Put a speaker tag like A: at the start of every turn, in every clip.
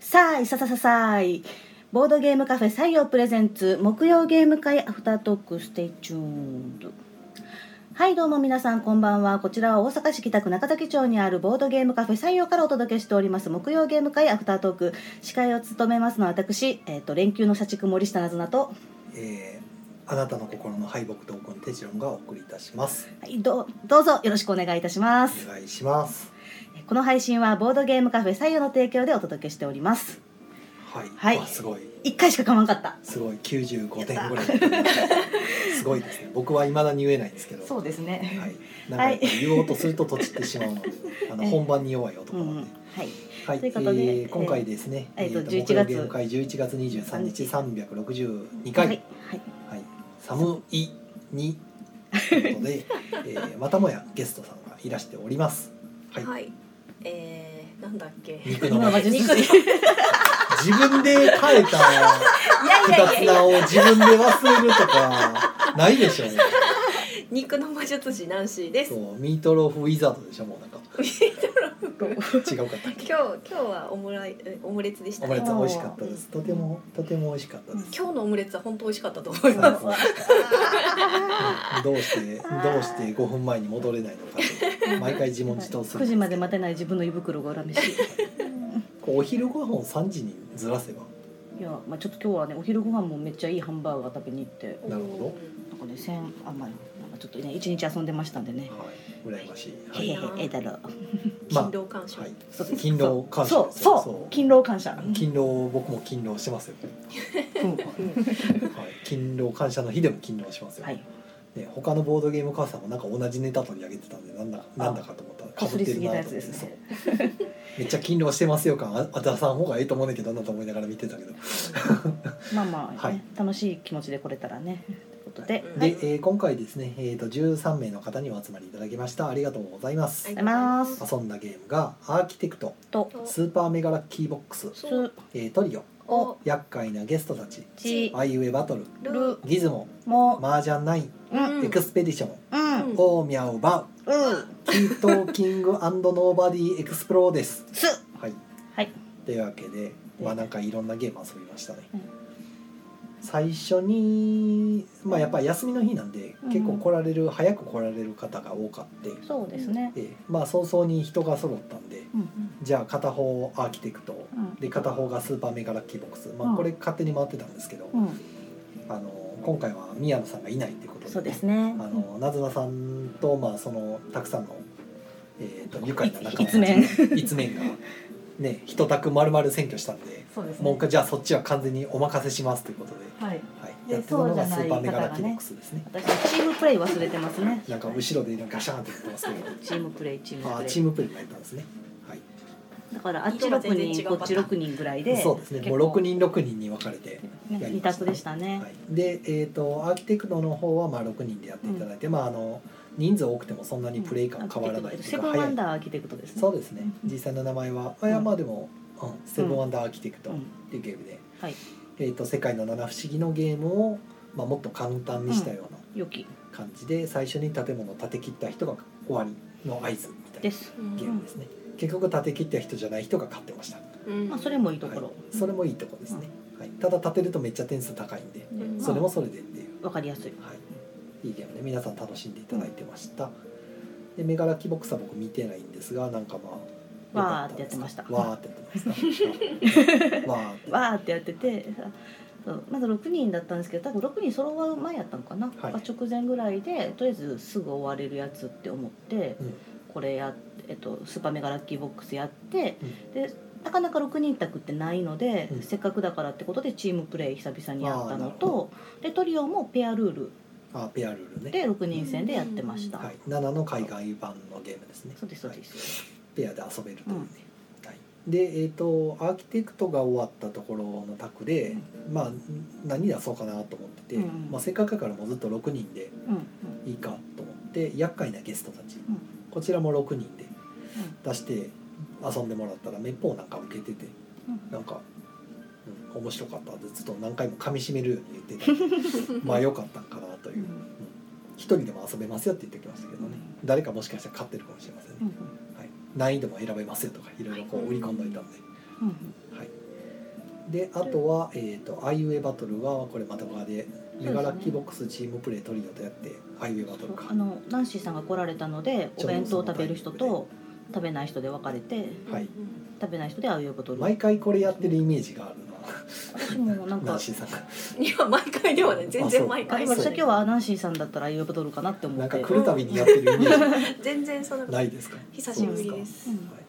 A: さあいささささあいボードゲームカフェ採用プレゼンツ木曜ゲーム会アフタートークステイチューンドはいどうも皆さんこんばんはこちらは大阪市北区中崎町にあるボードゲームカフェ採用からお届けしております木曜ゲーム会アフタートーク司会を務めますのは私、えー、と連休の社畜森下なずなと
B: えー、あなたの心の敗北闘魂テチロンがお送りいたします。
A: はいどうどうぞよろしくお願いいたします
B: お願いします。
A: この配信はボードゲームカフェ採用の提供でお届けしております
B: はい。
A: はい
B: あすごい。
A: 1回しか噛まんかった
B: すごい95
A: や
B: 点
A: っ
B: ぐ
A: た
B: らい。 すごいですね。僕は未だに言えないんですけど。
C: そうですね。
B: はい。なんかやっぱ言おうとするととちってしまう ので、あの
A: ええ
B: 本番に弱い男
A: う
B: なんので。
A: はい
B: はい。
A: ということで
B: えー今回ですね、
A: えーえーと
B: ー
A: 11
B: 木曜ゲーム会11月23日362
A: は
B: 回、はいい、
A: はい
B: 寒いにというこ とで、えー、またもやゲストさんがいらしております。は。
D: はいい、えー、なんだっけ
B: 肉
A: 今
B: の
A: の
B: 魔
A: 魔
B: 術
A: 術
D: 肉
A: 師
B: 自分で耐えた
D: いやいや
B: 二つ
D: いやいや
B: 名を自分で忘れるとかないでしょうね
D: 肉の魔術師ナンシーです
B: そ
D: 今
B: うミートローフウィザードでしょもうなんか 違うかったっけ
D: 日今日はオムライえオムレツでした
B: オムレツ美味しかったですとてもとても美味しかったです
D: 今日のオムレツは本当美味しかったと思い
B: さ
D: ま
B: あ
D: す
B: さあどうしてどうして5分前に戻れないの かと毎回自問自答する
A: 9時まで待てない自分の胃袋が恨めしい
B: こうお昼ご飯を3時にずらせば
A: いや、まあ、ちょっと今日はねお昼ご飯もめっちゃいいハンバーガー食べに行って
B: なるほ
A: なんかね千あまあなんかちょっとね一日遊んでましたんでね、
B: はい羨ましいは
A: へ
B: い
A: へへ
D: いなあ
A: ええだろう
B: まあ
D: 勤労感謝、
B: はい
A: そう
B: 勤労感謝
A: そう
B: です
A: そう
B: よ
A: 勤労感謝
B: 勤労僕も勤労してますよ、はい、勤労感謝の日でも勤労しますよ、
A: はい
B: ね、他のボードゲーム母さんもなんか同じネタ取り上げてたんでなんだなんだかと思ったら
A: こすり
B: 被って
A: す
B: る
A: ぎた
B: な
A: や
B: と
A: つ
B: 思
A: で
B: って
A: す
B: そう
A: ね
B: めっちゃ勤労してますよ感ああたさん方がいいと思うねんだけどなと思いながら見てたけど、
A: まあまあ、ね
B: はい
A: 楽しい気持ちで来れたらねということで、
D: うん
B: で、えー今回ですね、えー、と13名の方にお集まりいただきましたありがとうございます、
D: は
A: ありがとうございます
B: 遊んだゲームが「アーキテクト」
A: と
B: 「
D: お
B: スーパーメガラッキーボックス」
D: そう
B: 「えートリオ」
A: お
D: お
B: 「厄介なゲストたち」
A: ち
B: 「アイウェイバトル」
D: ル
A: る
B: 「ギズモ」「
A: も
B: マージャン9」
A: うん
B: エクスペディション」
A: うん
D: うん
B: オーミャオバ
A: うん
B: ウキートーキングノーバディエクスプローです。
A: す
B: はい。
A: はい
B: というわけで、まあなんかいろんなゲーム遊びましたね。最初にまあやっぱり休みの日なんで、
A: うん
B: 結構来られる早く来られる方が多かって、
A: そうですね、
B: ええまあ早々に人が揃ったんで、
A: うん
B: じゃあ片方アーキテクト
A: うん
B: で片方がスーパーメガラッキーボックス、ま
A: う
B: あ
A: ん
B: これ勝手に回ってたんですけど、
A: うん
B: あの今回は宮野さんがいないっていうことで、
A: そうですね
B: あのなずなさんとまあそのたくさんのえっ、と愉快な仲間
A: 一面
B: 一面がね一択まるまる占拠したんで、
C: そうですね。
B: もう一回じゃあそっちは完全にお任せしますということで、
C: はい。
B: はい、
C: で
B: やってたのがス
C: そうじ
B: ー
C: ゃな
B: パー
C: い
B: メガラ
C: 方が
B: キ
C: ね
B: ボックスですね。
A: 私チームプレイ忘れてますね
B: なんか後ろでガシャンって言ってますけど、
A: チームプレイチームプ
B: あー
A: レイ
B: チームプレイがやったんですね。はい、
A: だからあっち六人こっち六人ぐらいで
B: そうですね。もう六人六人に分かれて。やり
A: 2
B: ました
A: 択でしたね、
B: はい、で、えー、とアーキテクトの方はまあ6人でやっていただいて、まあ、あの人数多くてもそんなにプレイ感変わらないとい
A: セ
B: う
A: ブ
B: か
A: ンワ
B: 早
A: ン
B: い
A: ダーアーキテクトですね
B: そうですね実際の名前は、あいやまあでも「うん、セブンアンダーアーキテクト」
A: う
B: っ
A: ん
B: ていうゲームで、
A: はい
B: えー、と世界の七不思議のゲームを、まあ、もっと簡単にしたような
A: 良き
B: 感じで、最初に建物を建て切った人が終わりの合図みた
A: で
B: い
A: す、
B: なゲームですね、結局建て切った人じゃない人が勝ってました、
D: うん
A: まあ、それもいいところ、
B: はいそれもいいとこですね、はい、ただ建てるとめっちゃ点数高いんで
D: うん
B: それもそれでっていう
A: 分かりやすい
B: はい、いいゲームで皆さん楽しんでいただいてました。でメガラキボックスは僕見てないんですがなんかまあ
A: わーってやってました
B: わーってやってまし たわーって
A: わーってやっててそうまず6人だったんですけど多分6人揃う前やったのかな、
B: はい
A: が直前ぐらいでとりあえずすぐ終われるやつって思って、
B: うん
A: これやって、えっと、スーパーメガラッキーボックスやって、
B: うん
A: でなかなか6人宅ってないので、
B: うん
A: せっかくだからってことでチームプレイ久々にやったの
B: あーなるほ
A: とでトリオもペアルール
B: あペアルールね。
A: で6人戦でやってました、
B: はい、7の海外版のゲームですね。
A: そうですそう
B: はい
A: です、
B: ペアで遊べるというね。はいでえー、とアーキテクトが終わったところの卓で、まあ何出そうかなと思ってて、
A: うん
B: まあ、せっかくだからもうずっと6人で
A: うんうん
B: いいかと思って厄介なゲストたち、
A: うん
B: こちらも6人で出して遊んでもらったらめっぽうなんか受けてて
A: うん
B: なんか、うん、面白かったってずっと何回も噛みしめるように言 ってたんでまあ良かったんかなといううん一人でも遊べますよって言ってきましたけどね誰かもしかしたら勝ってるかもしれませんね、
A: うん
B: はい、難易度も選べますよとかいろいろこう売り込んどいたんで、
A: うんうん
B: はい、であとは、えーと「アイウェイバトル」はこれまた側で「メガラッキーボックスチームプレートリオ」とやって「アイウェイバトル」か
A: あ。のナンシーさんが来られたのでお弁当を食べる人と食べない人で分かれて
B: はい
D: うん
A: 食べない人でああいうことに
B: 毎回これやってるイメージがある
A: 私もなん
B: な。ナ
A: か
B: ンシーさんが
D: いや毎回ではね全
B: あそ
D: 然
B: う
D: 毎
A: あ
D: 回
A: 今
D: そう
A: 私は今日はナンシーさんだったらああいうことるかなって思
B: な
A: っ
B: んか
A: て
B: 来るたびにやってるイメー
D: 全然その
B: ジな いですか。
D: 久しぶりです
A: う
B: そ
A: ん
B: うかはい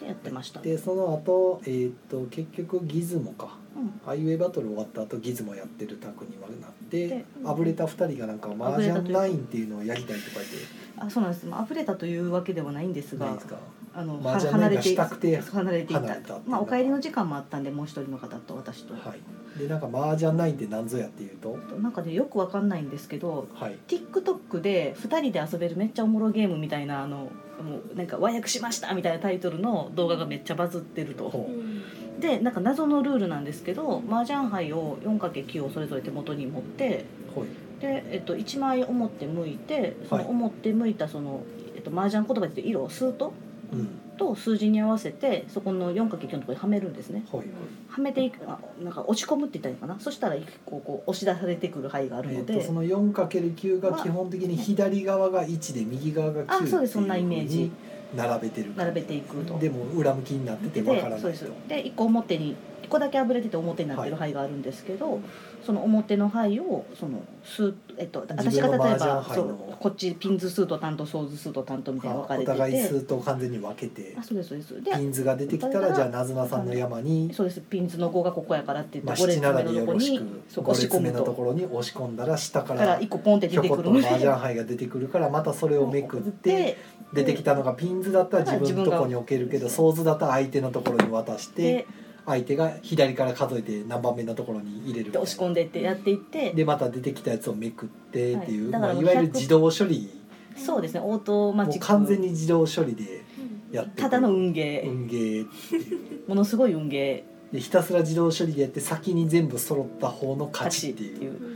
A: でやってました
B: でその後えっ、と結局ギズモか。
A: うん
B: アイウェイバトル終わった後ギズモやってるタクにはなって
A: で
B: あぶれた2人がなんかマージャンナインっていうのをやりたいとか言って
A: あそうなんですまあ溢れたというわけではないんです
B: ない
A: が
B: ですか
A: あの
B: 麻
A: は
B: 雀
A: 離れて
B: なんかしたくて
A: 離れていた
B: 離れたっていう
A: まあお帰りの時間もあったんでもう一人の方と私と、
B: はいでなんかマージャンナインって何ぞやっていうと
A: なんかねよくわかんないんですけど
B: はい
A: TikTok で2人で遊べるめっちゃおもろゲームみたいなあのもうなんか和訳しましたみたいなタイトルの動画がめっちゃバズってると
B: ほ
D: うん
A: でなんか謎のルールなんですけど麻雀牌を 4×9 をそれぞれ手元に持って
B: ほい
A: で、えっと、1枚思って向いてそ
B: は
A: の
B: い
A: 思って向いたその、えっと、麻雀言葉で言う色を数と
B: うん
A: と数字に合わせてそこの 4×9 のところにはめるんですね
B: ほい
A: はめていくあなんか押し込むって言ったらいいのかなそしたら結構こう押し出されてくる牌がある
B: え
A: の
B: っ
A: で、
B: とその 4×9 が基本的に左側が1で右側が9
A: あそうです
B: ってい
A: そんなイメージ
B: 風に並べてる
A: 並べていくと
B: でも裏向きになっててわからない
A: で
B: と
A: そうですで1個表に1個だけあぶれてて表になってる牌があるんですけど、その表の牌をそのスーえっと私
B: 自
A: が
B: 分
A: 例え
B: の麻雀
A: ば
B: 牌
A: そ
B: の
A: うこっちピンズスート担当ソーズスート担当みたいに分か
B: お
A: れて
B: 互い
A: いて
B: 数と完全に分けて
A: あそうですそうです
B: ピ
A: で
B: ンズが出てきた
A: だからら
B: じゃあナズナさんの山に
A: そうですピンズの5がここやからって言
B: ま
A: っ
B: あ、
A: て5
B: 七
A: 列目
B: 並
A: の
B: びよ
A: とこ
B: ろし
A: に
B: く
A: そう
B: 五
A: 押し
B: 列
A: 込
B: 目
A: む
B: のと
A: と
B: ころに押し込んだら下
A: か
B: か
A: ら
B: ら
A: 1個ポンって
B: ひ
A: 出
B: ょ
A: て
B: こ
A: く
B: っ
A: る
B: と
A: の
B: マ
A: で
B: ージャン牌が出てくるからまたそれをめ くって出てきたのがピンズだったら自分のとこに置けるけどソーズだったら相手のところに渡して
A: で
B: 相手が左から数えて何番目のところに入れる
A: で
B: みたいな
A: 押し込んでってやっていって
B: でまた出てきたやつをめくってっていう、
A: はいだ
B: いま
A: か
B: あ、
A: ら
B: いわゆる自動処理
A: そうですねオートマ
B: も
A: チッ
B: う
A: ク
B: 完全に自動処理で
D: うん
B: やって
A: ただの運
B: て
A: ゲー
B: 運ゲーっていう
A: ものすごい運ゲ
B: でひたすら自動処理でやって先に全部揃った方の
A: ー勝
B: 勝
A: ち
B: ち
A: っ
B: っててい
A: いう
B: う
D: うん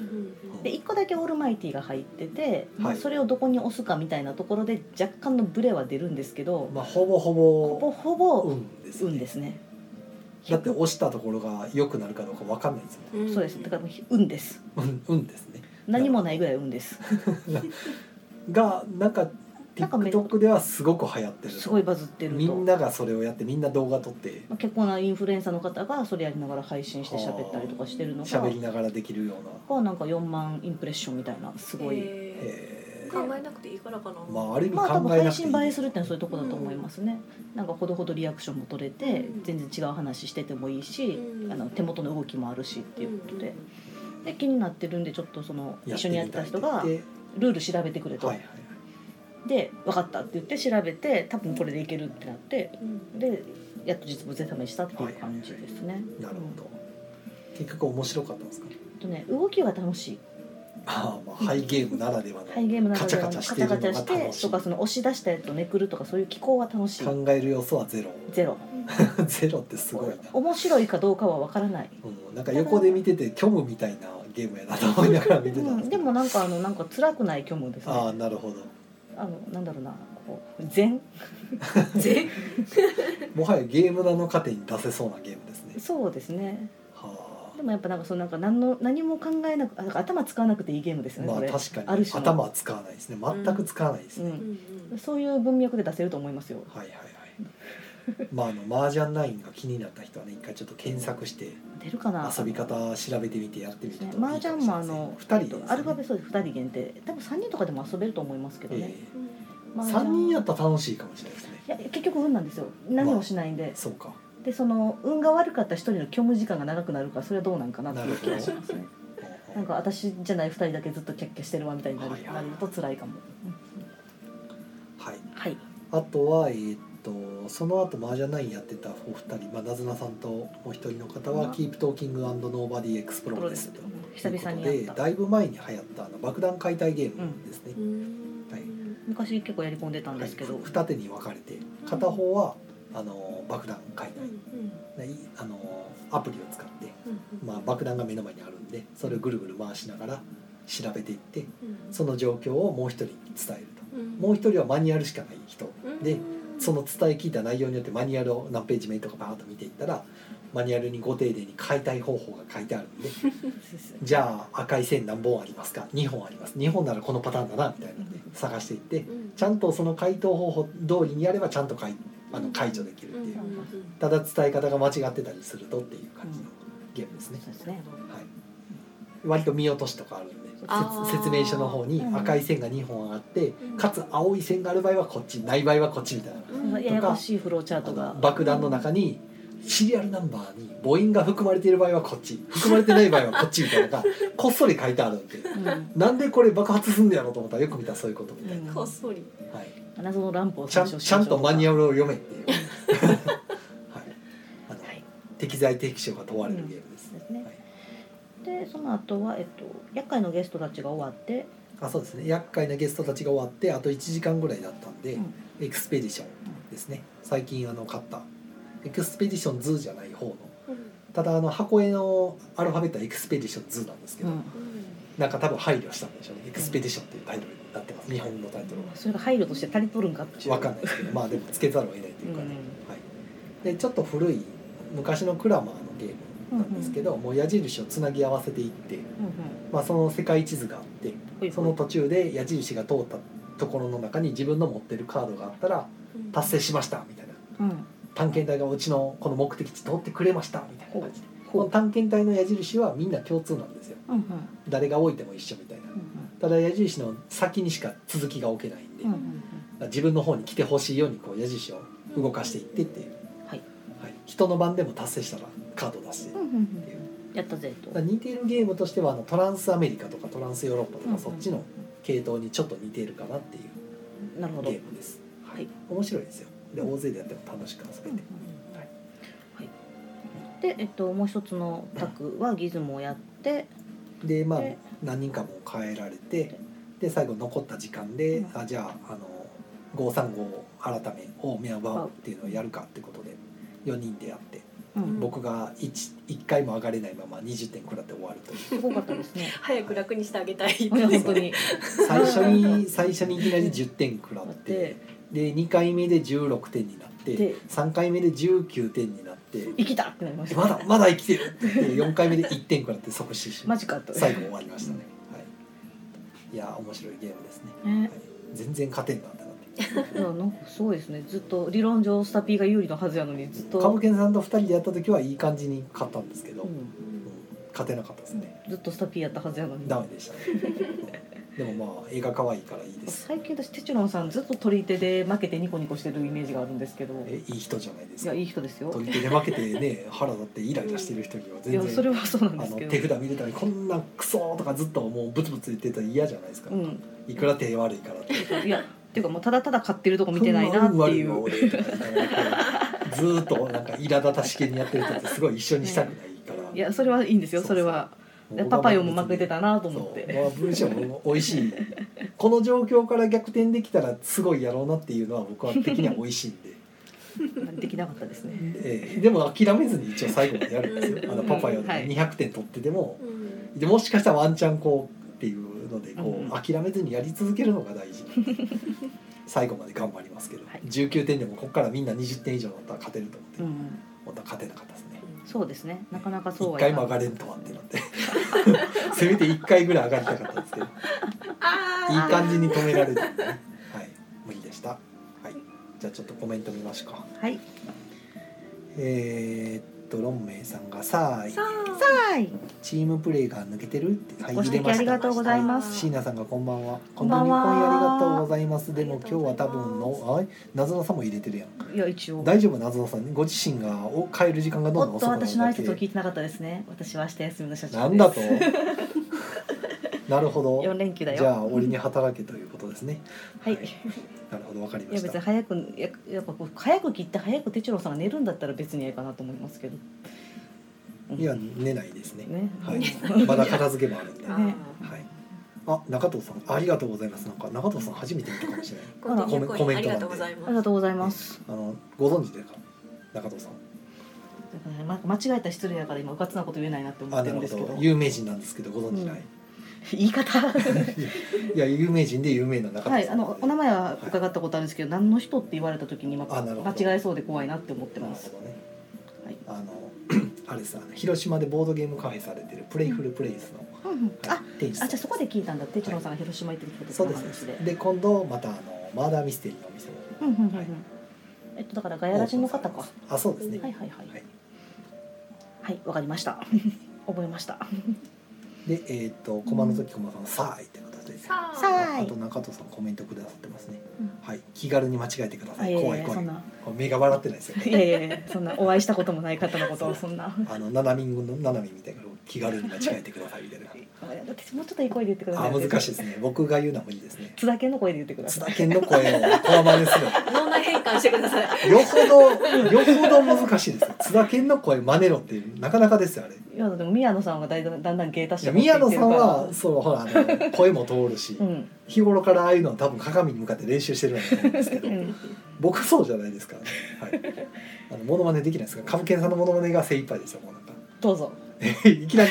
D: うん
A: で1個だけオールマイティが入ってて、まあ
B: はい
A: それをどこに押すかみたいなところで若干のブレは出るんですけど、
B: まあ、ほぼ
A: ほ
B: ほ
A: ぼ
B: ぼ
A: ほぼ
B: 運ですよね
A: 運ですね、
B: だって押したところが良くなるかどうかわかんないです
D: うん
A: そうですだからもう運です
B: もん。うん、うんですね。
A: 何もないぐらい運です
B: がなんか
A: なんかめ
B: TikTok ではすごく流行ってると。
A: すごいバズってると
B: みんながそれをやってみんな動画撮って
A: まあ結構なインフルエンサーの方がそれやりながら配信して喋ったりとかしてるのが
B: 喋りながらできるような。
A: がなんか4万インプレッションみたいなすごい、
D: へ
B: え
D: ー
B: ー
D: 考えなくていいからかな
B: まあある意味
A: まあ多
B: 考
A: 分
B: え
A: 配
B: なくていい。
A: 信映えするってのはそういうとこだと思いますね、なんかほどほどリアクションも取れて、
D: うん
A: 全然違う話しててもいいし、
D: うん
A: あの手元の動きもあるしっていうことで、
D: ん
A: で気になってるんでちょっとその一緒にやってた人が
B: やってみ
A: ルール調べてくれ
B: た
A: と、
B: いって言ってはいはいはい。
A: で分かったって言って調べて多分これでいけるってなって
D: うん
A: でやっと実物で試したっていう感じですね。
B: なるほど。結局面白かったんですか。
A: うんとね動きは楽しい。
B: ああまあハイゲームならではの
A: ハイゲームならではの
B: カ
A: カ
B: チ
A: チ
B: ャカチャ
A: ャカチャ
B: し
A: して
B: るのが
A: て
B: 楽しい
A: とかその押し出したやつをめくるとかそういう機構は楽しい。
B: 考える要素はゼロ。
A: ゼロ。
B: ゼロってすごいな。
A: 面白いかどうかは分からない。
B: うん、なんか横で見てて虚無みたいなゲームやなと思いながら見て
A: う
B: たんです
A: ん、
B: け
A: で
B: ど、
A: もなんかあのなんか辛くない虚無ですね。
B: ああ
A: あ
B: なるほど
A: のなんだろうな。こう禅
D: ぜ
B: もはやゲームなの糧に出せそうなゲームですね
A: そうですね。
B: は
A: でもやっぱなんかそのなんか何の何も考えなくあだから頭使わなくていいゲームです
B: あ
A: よね。
B: まあ
A: これ
B: 確か
A: あ
B: に
A: る種の
B: 頭は使わないですね全く使わないですね、
A: う
D: うん
A: ん
D: うん
A: そういう文脈で出せると思いますよ。
B: はいはいはいまああのマージャンナインが気になった人はね一回ちょっと検索して
A: 出るかな。
B: 遊び方調べてみてやってみるといいか
A: マー
B: もし
A: ジ
B: れ
A: ャ
B: ま
A: ン
B: せ
A: も
B: ん
A: あの
B: 二人
A: え
B: で
A: っ
B: す、
A: と
B: ね、
A: アルファベットで2人限定多分3人とかでも遊べると思いますけどね
B: え、え
A: マージャン
B: 三人やったら楽しいかもしれないですね
A: いや結局運なんですよ何もしないんで、
B: そうか
A: でその運が悪かった一人の虚無時間が長くなるからそれはどうなんかなっていう気がしますねなんか私じゃない2人だけずっとキャッキャしてるわみたいになる,、
B: はいはい
A: なると辛いかも、うん
B: はい
A: はい
B: あとはえーっとその後マージャンナインやってたお二人、まあ、なずなさんともう一人の方は「
A: うん
B: Keep Talking and Nobody
A: プロ
B: Explode」
A: で
B: です
A: す
B: と
A: 久々
B: いう
A: に
B: こ
A: や
B: と
A: っ
B: で
A: た
B: だいぶ前に流行ったあの爆弾解体ゲームですね、
D: うん
B: はい
A: 昔結構やり込んでたん
B: は
A: で
B: い
A: すけど、
B: 二手に分かれて片方はあの爆弾解
D: う
B: 体
D: ん、うん
B: でいあのアプリを使って、
D: うん
B: まあ、爆弾が目の前にあるんでそれをぐるぐる回しながら調べていって
D: うん
B: その状況をもう一人に伝えると
D: うん
B: もう一人はマニュアルしかない人
D: うん
B: でその伝え聞いた内容によってマニュアルを何ページ目とかバーッと見ていったらマニュアルにご丁寧に解体方法が書いてあるん で
A: す
B: じゃあ赤い線何本ありますか2本あります2本ならこのパターンだなみたいなんで探していって
D: うん
B: ちゃんとその解答方法通りにやればちゃんと解あの解除できるっていう
D: うんうんうん
B: ただ伝え方が間違ってたりするとっていう感じのゲームですね
A: そうですね
B: はい割と見落としとかあるんで
D: あー
B: 説説明書の方に
A: うん
B: 赤い線が2本あって
D: うん
B: かつ青い線がある場合はこっちない場合はこっちみたいな
D: うん
A: ややこしいフローチャートが
B: 爆弾の中にシリアルナンバーに母音が含まれている場合はこっち含まれてない場合はこっちみたいなのがこっそり書いてあるんで
A: うん
B: なんでこれ爆発すんのやろうと思ったらよく見たらそういうことみたい
A: うん
D: こっそり
B: な、はい、
A: 謎の乱歩を
B: ちゃんちゃんとマニュ
A: ア
B: アルを読めっていう、はいあの
A: はい
B: 適材適所が問われるゲームです、
A: ですね
B: はい
A: でその後はえっと厄介のゲストたちが終わって
B: あそうですね厄介なゲストたちが終わってあと1時間ぐらいだったんで、
A: うん
B: エクスペディションですね最近あの買ったエクスペディション2じゃない方のただあの箱絵のアルファベットはエクスペディション2なんですけど、
A: うん
B: なんか多分配慮したんでしょうねエクスペディションっていうタイトルになってます日本のタイトルは
A: それが配慮として足りとるんかっていう
B: わかんないですけどまあでもつけざるを得ないというかね、
A: う
B: はい、でちょっと古い昔のクラマーのゲームなんですけど、もう矢印をつなぎ合わせていって、
A: うん
B: まあ、その世界地図があって
A: うん
B: その途中で矢印が通ったところの中に自分の持ってるカードがあったら達成しましたみたいな
A: うん
B: 探検隊がうちのこの目的地通ってくれましたみたいな感じでこの探検隊の矢印はみんな共通なんですよ
A: うんうん
B: 誰が置いても一緒みたいなただ矢印の先にしか続きが置けないんで、
A: うんうん
B: だから自分の方に来てほしいようにこう矢印を動かしていってっていう、
A: はい
B: はい人の番でも達成したらカード出して
A: うんうん
B: っていう
A: うんやったぜと
B: だから似てるゲームとしてはあのトランスアメリカとかトランスヨーロッパとかそっちの系統にちょっと似ているかなっていう
A: なるほど
B: ゲームです、は
A: はいい、
B: 面白いですよで大勢でやっても楽しく遊べて、はい
A: で、えっと、もう一つのタクはギズモをやって、
B: でまあ
A: で
B: 何人かも変えられてで最後残った時間で、
A: うん
B: あじゃああの535を改め大宮バウっていうのをやるかってことで4人でやって、
A: うん、
B: 僕が 1, 1回も上がれないまま20点食らって終わるとい う
A: すごかったですね
D: 早く楽にしてあげたい
A: いや本当に
B: 最初に最初にいきなり10点食らって
A: で
B: で2回目で16点になって
A: で
B: 3回目で19点になって
A: 生きたってなりました
B: まだまだ生きてるって言って4回目で1点食らって即死し
A: マジかと
B: 最後終わりましたね、はい、いやー面白いゲームですね
A: ね
B: 全然勝てんなってなって
A: いやなんかそうですねずっと理論上スタピーが有利のはずやのにずっと、
B: 株券さんと2人でやった時はいい感じに勝ったんですけど、
A: う
B: うん
A: ん
B: 勝てなかったですね
A: ずっとスタピーやったはずやのに
B: ダメでしたねでもまあ映画可愛いからいいです
A: 最近私テチロンさんずっと取り手で負けてニコニコしてるイメージがあるんですけど
B: えいい人じゃないです
A: い
B: か
A: やいい人ですよ
B: 取り手で負けてね腹立ってイライラしてる人にはい全
A: やそれ
B: 然
A: はそうなん
B: あ
A: です
B: の
A: けど
B: 手札見れたりこんなクソーとかずっともうブツブツ言ってたら嫌じゃないですか、
A: うん
B: いくら手悪いからって
A: いやっていうかもうただただ買ってるとこ見てないなっていう
B: こんな運悪いわ俺とか言いながらずーっとなんか苛立たしげにやってる人ってすごい一緒にしたくないから、
A: いやそれはいいんですよ
B: そう
A: それは
B: もう
A: パパよも負けてたなと
B: そう
A: 思って
B: まあ文章も美味しいこの状況から逆転できたらすごいやろうなっていうのは僕は的には美味しいんで、
A: できなかったですね
B: ええでも諦めずに一応最後までやるんですよあのパパより
A: はい
B: 200点取ってても、
D: うん
B: でもしかしたらワンチャンこうっていうのでこ
A: うん
B: う諦めずにやり続けるのが 大事最後まで頑張りますけど、
A: はい
B: 19点でもここからみんな20点以上だったら勝てると思って、
A: うん
B: また勝てなかったですね
A: そうですねなかなかそう
B: 一
A: はい
B: 回
A: か
B: も
A: な
B: 上
A: い
B: がれんとはってなって せめて一回ぐらい上がりたかったんですけどい
D: あ
B: い感じに止められたんで、ね、はい無理でしたはいじゃあちょっとコメント見ましょうか
A: はい
B: えーっとロンメイさんが「さあ
D: さあ
A: はい
B: チームプレーが抜けてる?」ってはい
A: ご指摘ありがとうございます
B: 椎名さんがこんばんは。
A: こんばんは
B: この日本ありがとうございます。でも
D: ありがと
B: 今日
D: うご
B: は
D: ざ
B: 多
D: います
B: 分の、あ、謎のさんも入れてるやん。
A: いや一応
B: 大丈夫謎のさん、ご自身がお帰る時間がどんど
A: お
B: ん
A: っ
B: 遅
A: と
B: くなる
A: 私の挨
B: だけ
A: 拶を聞いてなかったですね私は明日休みの社長です
B: な んだと。なるほ
A: 4
B: ど。
A: 連休だよ
B: じゃあ俺に働けということですね。
A: はい
B: なるほどわかり
A: い
B: ま
A: や
B: し
A: 別
B: た
A: に。早くややっぱこう早く切って早く哲郎さんが寝るんだったら別にええかなと思いますけど、うん
B: いや寝ないですね。
A: ね、
B: はい。まだ片付けもあるんで。は
D: あ
B: い。
A: ね
B: あ中藤さんありがとうございます。なんか中藤さん初めて見たかもしれない。
D: コンティニューコインありがとうござ い
A: あり
D: ま
A: が
D: す
A: とうございます
B: あのご存知ですか中藤さん。
A: だからね、ま、間違えたら失礼だから今うかつなこと言えないなって思
B: あ
A: って
B: な
A: るん
B: る
A: ですけ
B: ほ
A: ど
B: ど有名人なんですけどご存知ない、
A: 言い 方
B: いや有名人で有名な中
A: は
B: 田
A: い
B: さ
A: あ
B: ん
A: のお名前は伺ったことあるんですけど、何の人って言われた時に今
B: あなるほど
A: 間違えそうで怖いなって思って
B: なる
A: ま
B: ほ
A: す
B: どね
A: はい
B: あの あれですあの広島でボードゲームカフェされてるプレイフルプレイスの、はい
A: うんうんあ
B: 店主さ
A: あ
B: ん
A: じゃあそこで聞いたんだ哲郎さんが広島行ってるってこと
B: そうで
A: この話
B: すねで今度またあのマーダーミステリーのお店も
A: うんうんうんうん
B: はい
A: えっとだからガヤラジの方かは
B: あそうです
A: い
B: ね、
A: はいはいはいはいわかりま した覚えました
B: でえっ、と駒の時駒さん「さあい」って形です
D: さあ
A: さあ
B: あと中戸さんコメントくださってますね、
A: うん
B: はい気軽に間違えてくださ
A: あ
B: い、
A: いやい
B: 怖
A: や
B: い
A: いや
B: 怖
A: そ
B: い
A: んな
B: これ目が笑ってないですよ
A: い
B: ね
A: やいやいやそんなお会いしたこともない方のこと をそんな
B: あのナナミングのナナミみたいなのを気軽に間違えてくださいみたいな
A: 私もうちょっといい声で言ってくださ
B: あ
A: い
B: 難しいですね僕が言うのは無理ですね
A: 津田健の声で言ってくだ
B: 津
A: さ
B: 田健の声を小までする
D: 脳内変換してください。
B: よほどよほど難しいですよ津田健の声真似ろっていうなかなかですよあれ
A: いいやでも宮野さんがだいだんだんだん芸達
B: い
A: 者
B: や
A: にな
B: 宮
A: って
B: 野
A: いってる
B: さ
A: か
B: ん
A: ら
B: はそうほらあの声も通るし、
A: うん
B: 日頃からああいうのは多分鏡に向かって練習してるんだと思うんですけど
A: うん
B: 僕そうじゃないですから、ね、はい。あのモノマネできないですが、カムケンさんのモノマネが精一杯ですよ。もうなんか
A: どうぞ
B: いきなり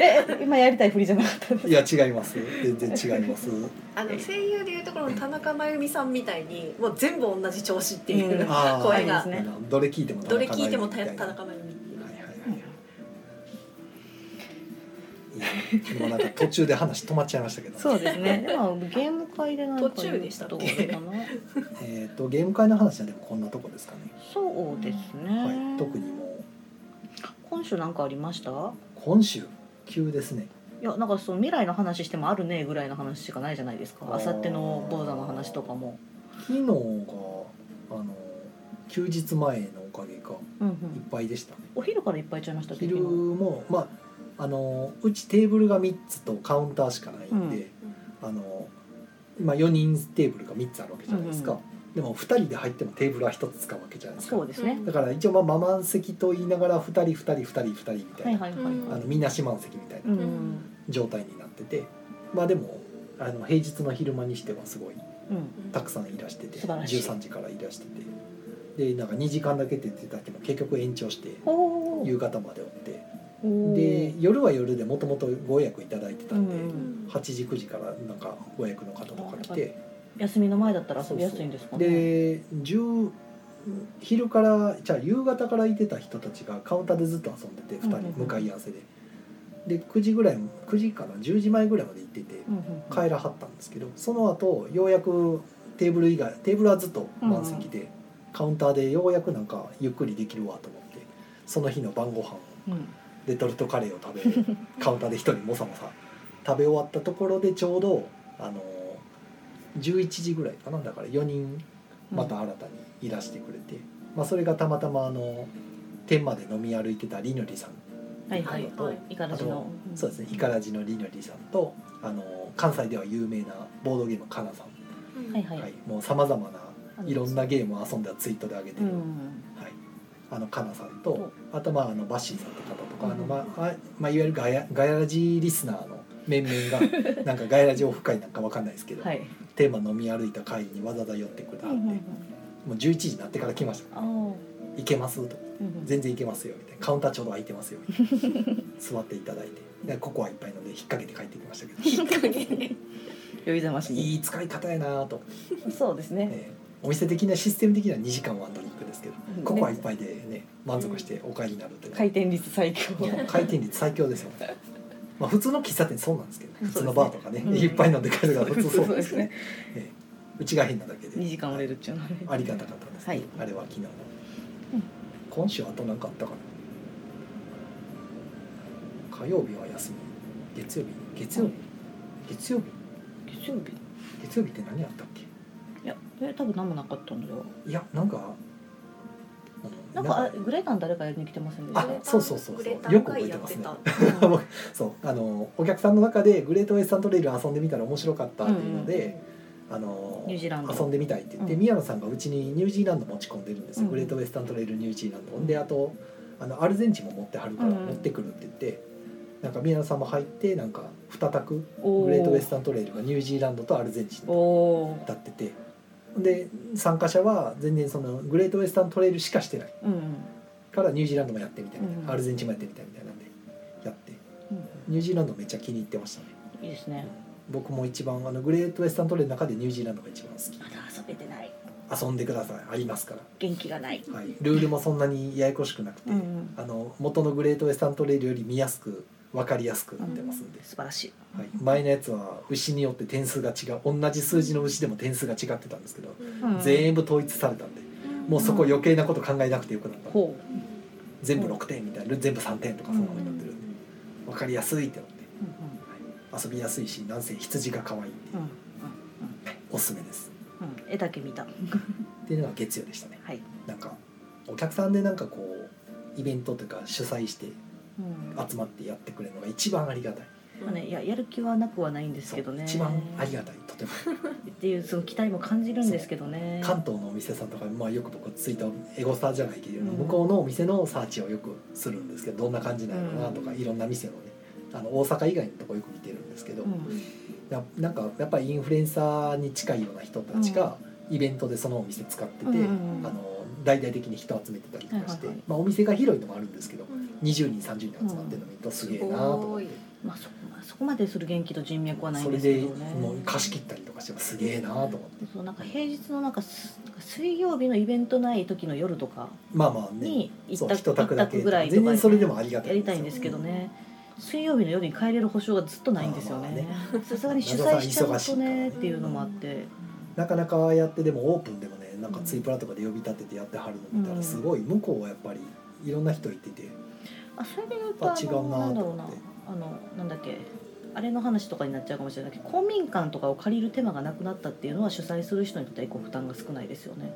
A: え今やりたい振りじゃなかったんです
B: いや違います。全然違います。
D: あの声優でいうところの田中真由美さんみたいにもう全部同じ調子っていう、
A: うん
B: あー
D: 声が
B: ありますねどれ聞いても
D: どれ聞いても
B: 田
D: 田
B: 中真由
D: 中真由美って
B: 美
D: いう
B: みたいな。はいはいはいいや。もうなんか途中で話止まっちゃいましたけど、
A: そうですねでもゲーム会でなんか
D: 途中でしたっけ
A: どうかな
B: えっとゲーム会の話はでもこんなとこですかね。
A: そうですね、
B: はい。特にもう
A: 今週なんかありました
B: 今週急ですね。
A: いやなんかその未来の話してもあるねぐらいの話しかないじゃないですか
B: あー
A: あさっての坊座の話とかも、
B: 昨日があの休日前のおかげか
A: うんう
B: いっ
A: ん、
B: ぱいでしたね。
A: お昼からいっぱい行っちゃいました
B: 昼
A: 昨日
B: もまああのうちテーブルが3つとカウンターしかないんで、あの今4人テーブルが3つあるわけじゃないですか、
A: うん
B: でも2人で入ってもテーブルは1つ使うわけじゃないですか
A: そうですね、
B: だから一応まあママン席と言いながら2人2人2人2人みた
A: はいい
B: な、
A: はいはいはい、
D: うん
B: あのみんな四満席みたいな
A: うんうん
B: 状態になってて、まあでもあの平日の昼間にしてはすごい
A: うん
B: たくさんいらしてて
A: 素晴らしい
B: 13時からいらしててでなんか2時間だけって言ってたけど結局延長して
A: おー
B: 夕方までおって。
A: お
B: で
A: ー
B: 夜は夜でもともとご予約いただいてたんで、
A: うん
B: 8時9時からなんかご予約の方とか来て
A: 休みの前だったら遊びやすいんですかね
B: で10昼からじゃあ夕方からいてた人たちがカウンターでずっと遊んでて2
A: うんうんうん
B: 人向かい合わせで、で9時ぐらい9時から10時前ぐらいまで行ってて
A: うんうんうん
B: 帰らはったんですけどその後ようやくテーブル以外テーブルはずっと満席で、カウンターでようやくなんかゆっくりできるわと思ってその日の晩ご飯を
A: うん
B: レトルトカレーを食べカウンターで一人もさもさ食べ終わったところでちょうどあの11時ぐらいかなだから4人また新たにいらしてくれて、まあ、それがたまたまあの天まで飲み歩いてたりのりさん
A: はいはい
B: あと、
D: はい
A: イカラジ
B: あ
A: の
B: とそうですねイカラジのりのりさんとあの関西では有名なボードゲームかなさん、
D: うん
A: はいはい、
B: はいもうさまざまな
A: あの
B: いろんなゲームを遊んだツイートで上げて
A: う
B: る、
A: ん
B: はい、あのカナさんとあとまああのバッシーさんとかとかあの、まああまあ、いわゆるガヤガヤラジリスナーの面 々がなんかガヤラジオフ会なんかわかんないですけど、
A: はい
B: テーマ飲み歩いた会にわざわざ寄ってくれた
A: うん
B: っ
A: う
B: て、
A: んう
B: も
A: ん
B: う11時になってから来ました
A: あーうん
B: 「行けます?」と
A: うん
B: 「全然行けますよ」みたいな「カウンターちょうど空いてますよ」みたいな座っていただいてでココアいっぱい飲んで引っ掛けて帰ってきましたけ ど
D: 引っ掛けて
A: 酔いざましに
B: いい使い方やなと、
A: そうですね
B: えーお店的なシステム的には2時間ワンドリンクですけど、
A: うん
B: ココアいっぱいでね満足してお帰りになるという。
A: 回転率最強
B: もう回転率最強ですよ。まあ普通の喫茶店そうなんですけど、普通のバーとかね、
A: そうですね
B: いっぱい飲んで帰るから普通そうなんですけど、
A: ね
B: ええうちが変なだけで、
A: 2時間売れるっちゅうのはね
B: ありがたかったです、
A: はい
B: あれは昨日の
A: うん。
B: 今週あと何かあったかな。火曜日は休み、月曜日、月曜日、月曜日、
A: 月曜日
B: 月曜日って何あったっ
A: いやえ多分何もなかったんだよ
B: け？いやなんか、う
A: なんかあグレータン誰かやりに来てませんでした
B: あそうそうそうそう
D: グレタン
B: よく覚えてますね
D: やっ
A: うん
B: 僕そうあのお客さんの中でグレートウエスタントレイル遊んでみたら面白かったっていうので、あの
A: ニュージーランド
B: 遊んでみたいって言って、
A: うん
B: 宮野さんがうちにニュージーランド持ち込んでるんですよ、
A: うん
B: グレートウエスタントレイルニュージーランド、であとあのアルゼンチンも持ってはるから
A: うん
B: 持ってくるって言って、なんか宮野さんも入ってなんか2択
A: お
B: グレートウエスタントレイルがニュージーランドとアルゼンチン
A: お
B: と
A: お
B: だっててで参加者は全然そのグレートウエスタントレイルしかしてない
A: ーうんうん
B: からニュージーランドもやってみたいな、
A: うん
B: アルゼンチンもやってみたいみたいなんでやって
A: う
B: ニュージーランドめっちゃ気に入ってましたね
A: んいいですね
B: 僕も一番あのグレートウェスタントレインの中でニュージーランドが一番好き
A: まだ遊べてない
B: 遊んでくださいありますから、
A: 元気がない。
B: はい、ルールもそんなにややこしくなくて、
A: うん
B: あの元のグレートウエスタントレールより見やすく分かりやすくなってますんで、
A: 素晴らしい。
B: はい、前のやつは牛によって点数が違う同じ数字の牛でも点数が違ってたんですけど、
A: うん
B: 全部統一されたんでもうそこ余計なこと考えなくてよくなった、
A: ほう。
B: 全部6点みたいな全部3点とかそんなことになってるんで、分かりやすいってなって
A: うん
B: 遊びやすいしなんせ羊が可愛いってい
A: う
B: う
A: んうん
B: おすすめです
A: うんうん。絵だけ見た。
B: っていうのが月曜でしたね
A: はい。
B: なんかお客さんでなんかこうイベントというか主催して
A: うん
B: 集まってやってくれるのが一番ありがたい
A: まあね、いややる気はなくはないんですけどね
B: そう一番ありがたいと ても
A: っていうその期待も感じるんですけどね
B: 関東のお店さんとか、まあ、よく僕ツイートエゴスターじゃないけど、
A: うん
B: 向こうのお店のサーチをよくするんですけどどんな感じなのかなとか、いろんな店のねあの大阪以外のとこよく見てるんですけど、
A: うん
B: ななんかやっぱりインフルエンサーに近いような人たちがイベントでそのお店使ってて、
A: うんうんうん
B: あの大々的に人集めてたりとか
A: はい
B: して、
A: はいはい
B: まあ、お店が広いのもあるんですけど
D: うん
B: 20人30人集まってるの見るとすげえなとか、
D: 多い
A: まあそこまあそこまでする元気と人脈はない
B: そ
A: ん
B: れ
A: ですけ
B: で
A: どね
B: もう貸し切ったりとかしてもすげえなと思って、
A: そうなんか平日のなんかすなんか水曜日のイベントない時の夜とか
B: まあまあね
A: に一
B: そう
A: 択,、
B: 一択だけ
A: 一ぐらいと
B: 全
A: か
B: 然それでもありがた
A: や
B: い
A: りたいんですけどね水曜日の夜に帰れる保証がずっとないんですよね
B: ま
A: さすがに主催しちゃうとねっていうのもあって
B: なかなかああやってでもオープンでもねなんかツイプラとかで呼び立ててやってはるの見た
A: う
B: ら
A: ん
B: すごい向こうはやっぱりいろんな人いてて
A: あそれで言うと
B: あ
A: あ
B: 違う
A: の
B: な
A: なんだろう
B: と
A: な
B: 思って
A: あのなんだっけあれの話とかになっちゃうかもしれないけど公民館とかを借りる手間がなくなったっていうのは主催する人にとっては一個負担が少ないですよね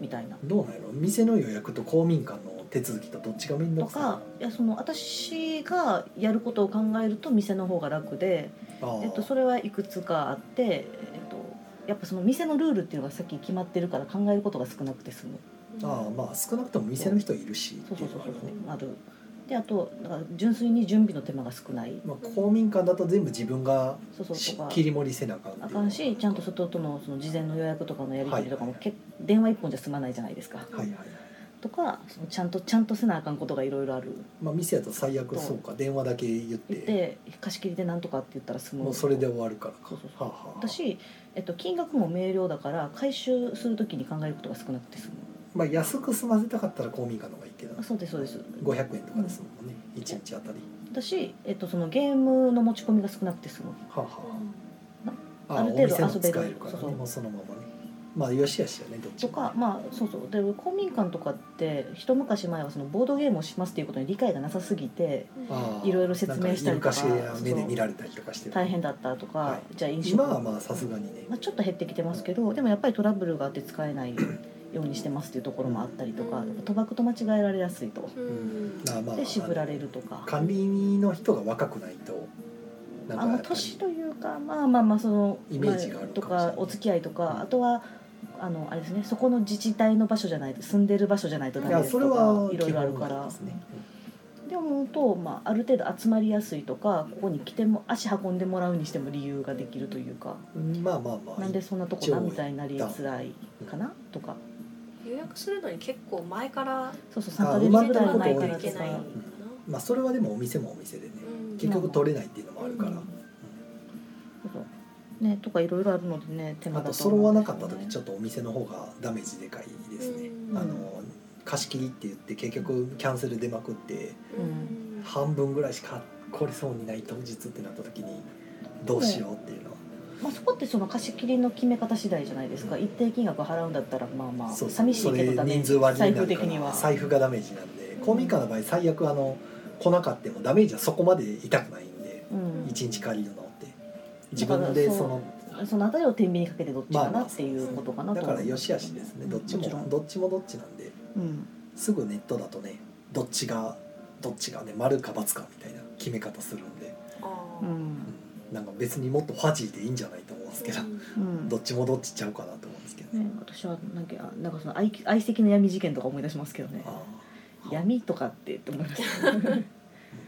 A: みたいな。
B: どうなんやろ店の予約と公民館の手続きとどっちが面
A: と
B: 倒く
A: か
B: さ
A: いやその私がやることを考えると店の方が楽で、
B: いああ
A: えっと、それはいくつかあって、えっと、やっぱその店のルールっていうのがさっき決まってるから考えることが少なくて済む
B: ああまあ少なくとも店の人いるしっ
A: そうそ
B: ていうう
A: そ
B: の
A: う
B: があ
A: そう
B: る
A: あ
B: ね
A: るであとだから純粋に準備の手間が少ない
B: まあ公民館だと全部自分が
A: そうそう
B: し
A: とか
B: 切り盛りせなあかんっていう
A: あかんしちゃんと外とのその事前の予約とかのやり取りとかも、
B: はい
A: け電話一本じゃ済まないじゃないですか、
B: はいはいはい
A: とかそのちゃんとちゃんとせなあかんことがいろいろある
B: まあ店やと最悪
A: そう
B: そうか電話だけ言って
A: 言って貸し切りでなんとかって言ったら済む
B: もうそれで終わるからか
A: そうそうそ
B: はあはあ
A: 私、えっと、金額も明瞭だから回収するときに考えることが少なくて済む
B: まあ安く済ませたかったら公民館の方がいいけど
A: あそうですそうです
B: 500円とかですもんね一日あたり
A: だし、えっと、そのゲームの持ち込みが少なくて済む
B: はあはああ
A: ある程度
B: お店も使えるからね
A: 遊べるそうそう
B: もうそのままねまあよしやしやねどっち
A: と
B: も
A: かまあそうそうで公民館とかって一昔前はそのボードゲームをしますっていうことに理解がなさすぎて
B: ああ
A: いろいろ説明したりとか
B: なんかいるかしら目で見られたりとかして
A: 大変だったとか、
B: は
A: じゃあ飲食
B: 今はまあさすがにね
A: まあ、ちょっと減ってきてますけどでもやっぱりトラブルがあって使えないようにしてますっていうところもあったりとか
D: うん
A: 賭博と間違えられやすいと
D: うん
B: まあまあ
A: で渋られるとか
B: 管理人の人が若くないとなん
A: あ
B: かや
A: の
B: っぱり
A: 年というかまあまあまあその
B: イメージがある
A: まと
B: かもしれない
A: かお付き合いとかあとはあのあれですねそこの自治体の場所じゃないと住んでる場所じゃないとダ
B: い
A: メ
B: や
A: です
B: そ
A: と
B: れ
A: か
B: はい
A: ろいろあるから
B: 基本なんですね
A: でも思うと、まあ、ある程度集まりやすいとかここに来ても足運んでもらうにしても理由ができるというか
B: うんまあまあまあ
A: なんでそんなとこ
B: 一応
A: なみたいになりづらいかなとか
D: 予約するのに結構前から
A: そうそう3
B: あ
A: ヶ
B: 埋ま
A: 月ぐ
B: ると
A: ら
B: こ
A: い
B: と
A: 前
B: 多
A: か
B: い
A: ら
B: で
A: と
B: す
A: か
B: ねまあそれはでもお店もお店でね結局取れないっていうのもあるから、
A: うんそうそうねとかいろいろあるのでね手間
B: あ
A: だと
B: と揃わなかった
A: 思うん
B: 時
A: です
B: ち
A: よ
B: ょっとお店の方がダメージでかいですね、
D: うん
B: あの貸し切りって言って結局キャンセル出まくって
A: う
B: 半分ぐらいしか来れそうにない当日ってなった時にどうしようっていうの
A: ね
B: は、
A: まあ、そこってその貸し切りの決め方次第じゃないですか、
B: うん
A: 一定金額払うんだったらまあまあ
B: そう
A: 寂しいけど
B: そ
A: ダ
B: れ
A: メ
B: 人数割り
A: 財
B: にな
A: 布
B: る
A: 的
B: か
A: に
B: ら
A: は
B: 財布がダメージなんで公民館の場合最悪あの来なかったもダメージはそこまで痛くないんで
A: うん、
B: 1日借りるのって自分で
A: だから
B: その
A: そのあたりを天秤にかけてどっちか
B: まあま
A: な
B: あ
A: っていうことかなと
B: だ
A: は
B: からよし悪しですね
A: うん
B: どっちも
A: もちろん
B: どっちもどっちなんで
A: うん、
B: すぐネットだとねどっちがどっちがね丸か×かみたいな決め方するんで
A: う
D: あ
A: ん
B: なんか別にもっとファジーでいいんじゃないと思うんですけど
A: うん
B: どっちもどっちちゃうかなと思うんですけどね
A: ね、私はなんかあなんかその愛愛席の闇事件とか思い出しますけどね
B: あー
A: 闇とかってって思いました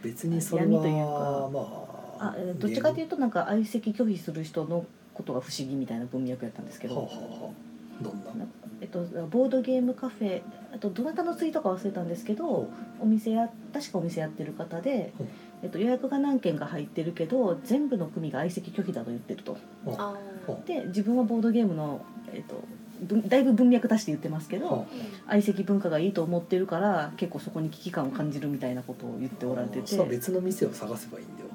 B: 別にそれ
A: 闇という
B: は
A: か
B: まあ
A: あえーどっちかといううとなんか相席拒否する人のことが不思議みたいな文脈やったんですけ
B: は
A: ど、
B: あはあはあどんな
A: なえっと、ボードゲームカフェあとどなたのツイートか忘れたんですけどお店や確かお店やってる方で
B: うん、
A: えっと、予約が何件か入ってるけど全部の組が相席拒否だと言ってると
D: あ
B: ほう
A: で自分はボードゲームの、えっと、ぶんだいぶ文脈足して言ってますけど、
B: は
A: 相席文化がいいと思ってるから結構そこに危機感を感じるみたいなことを言っておられて
B: そしてたら別の店を探せばいいんだよ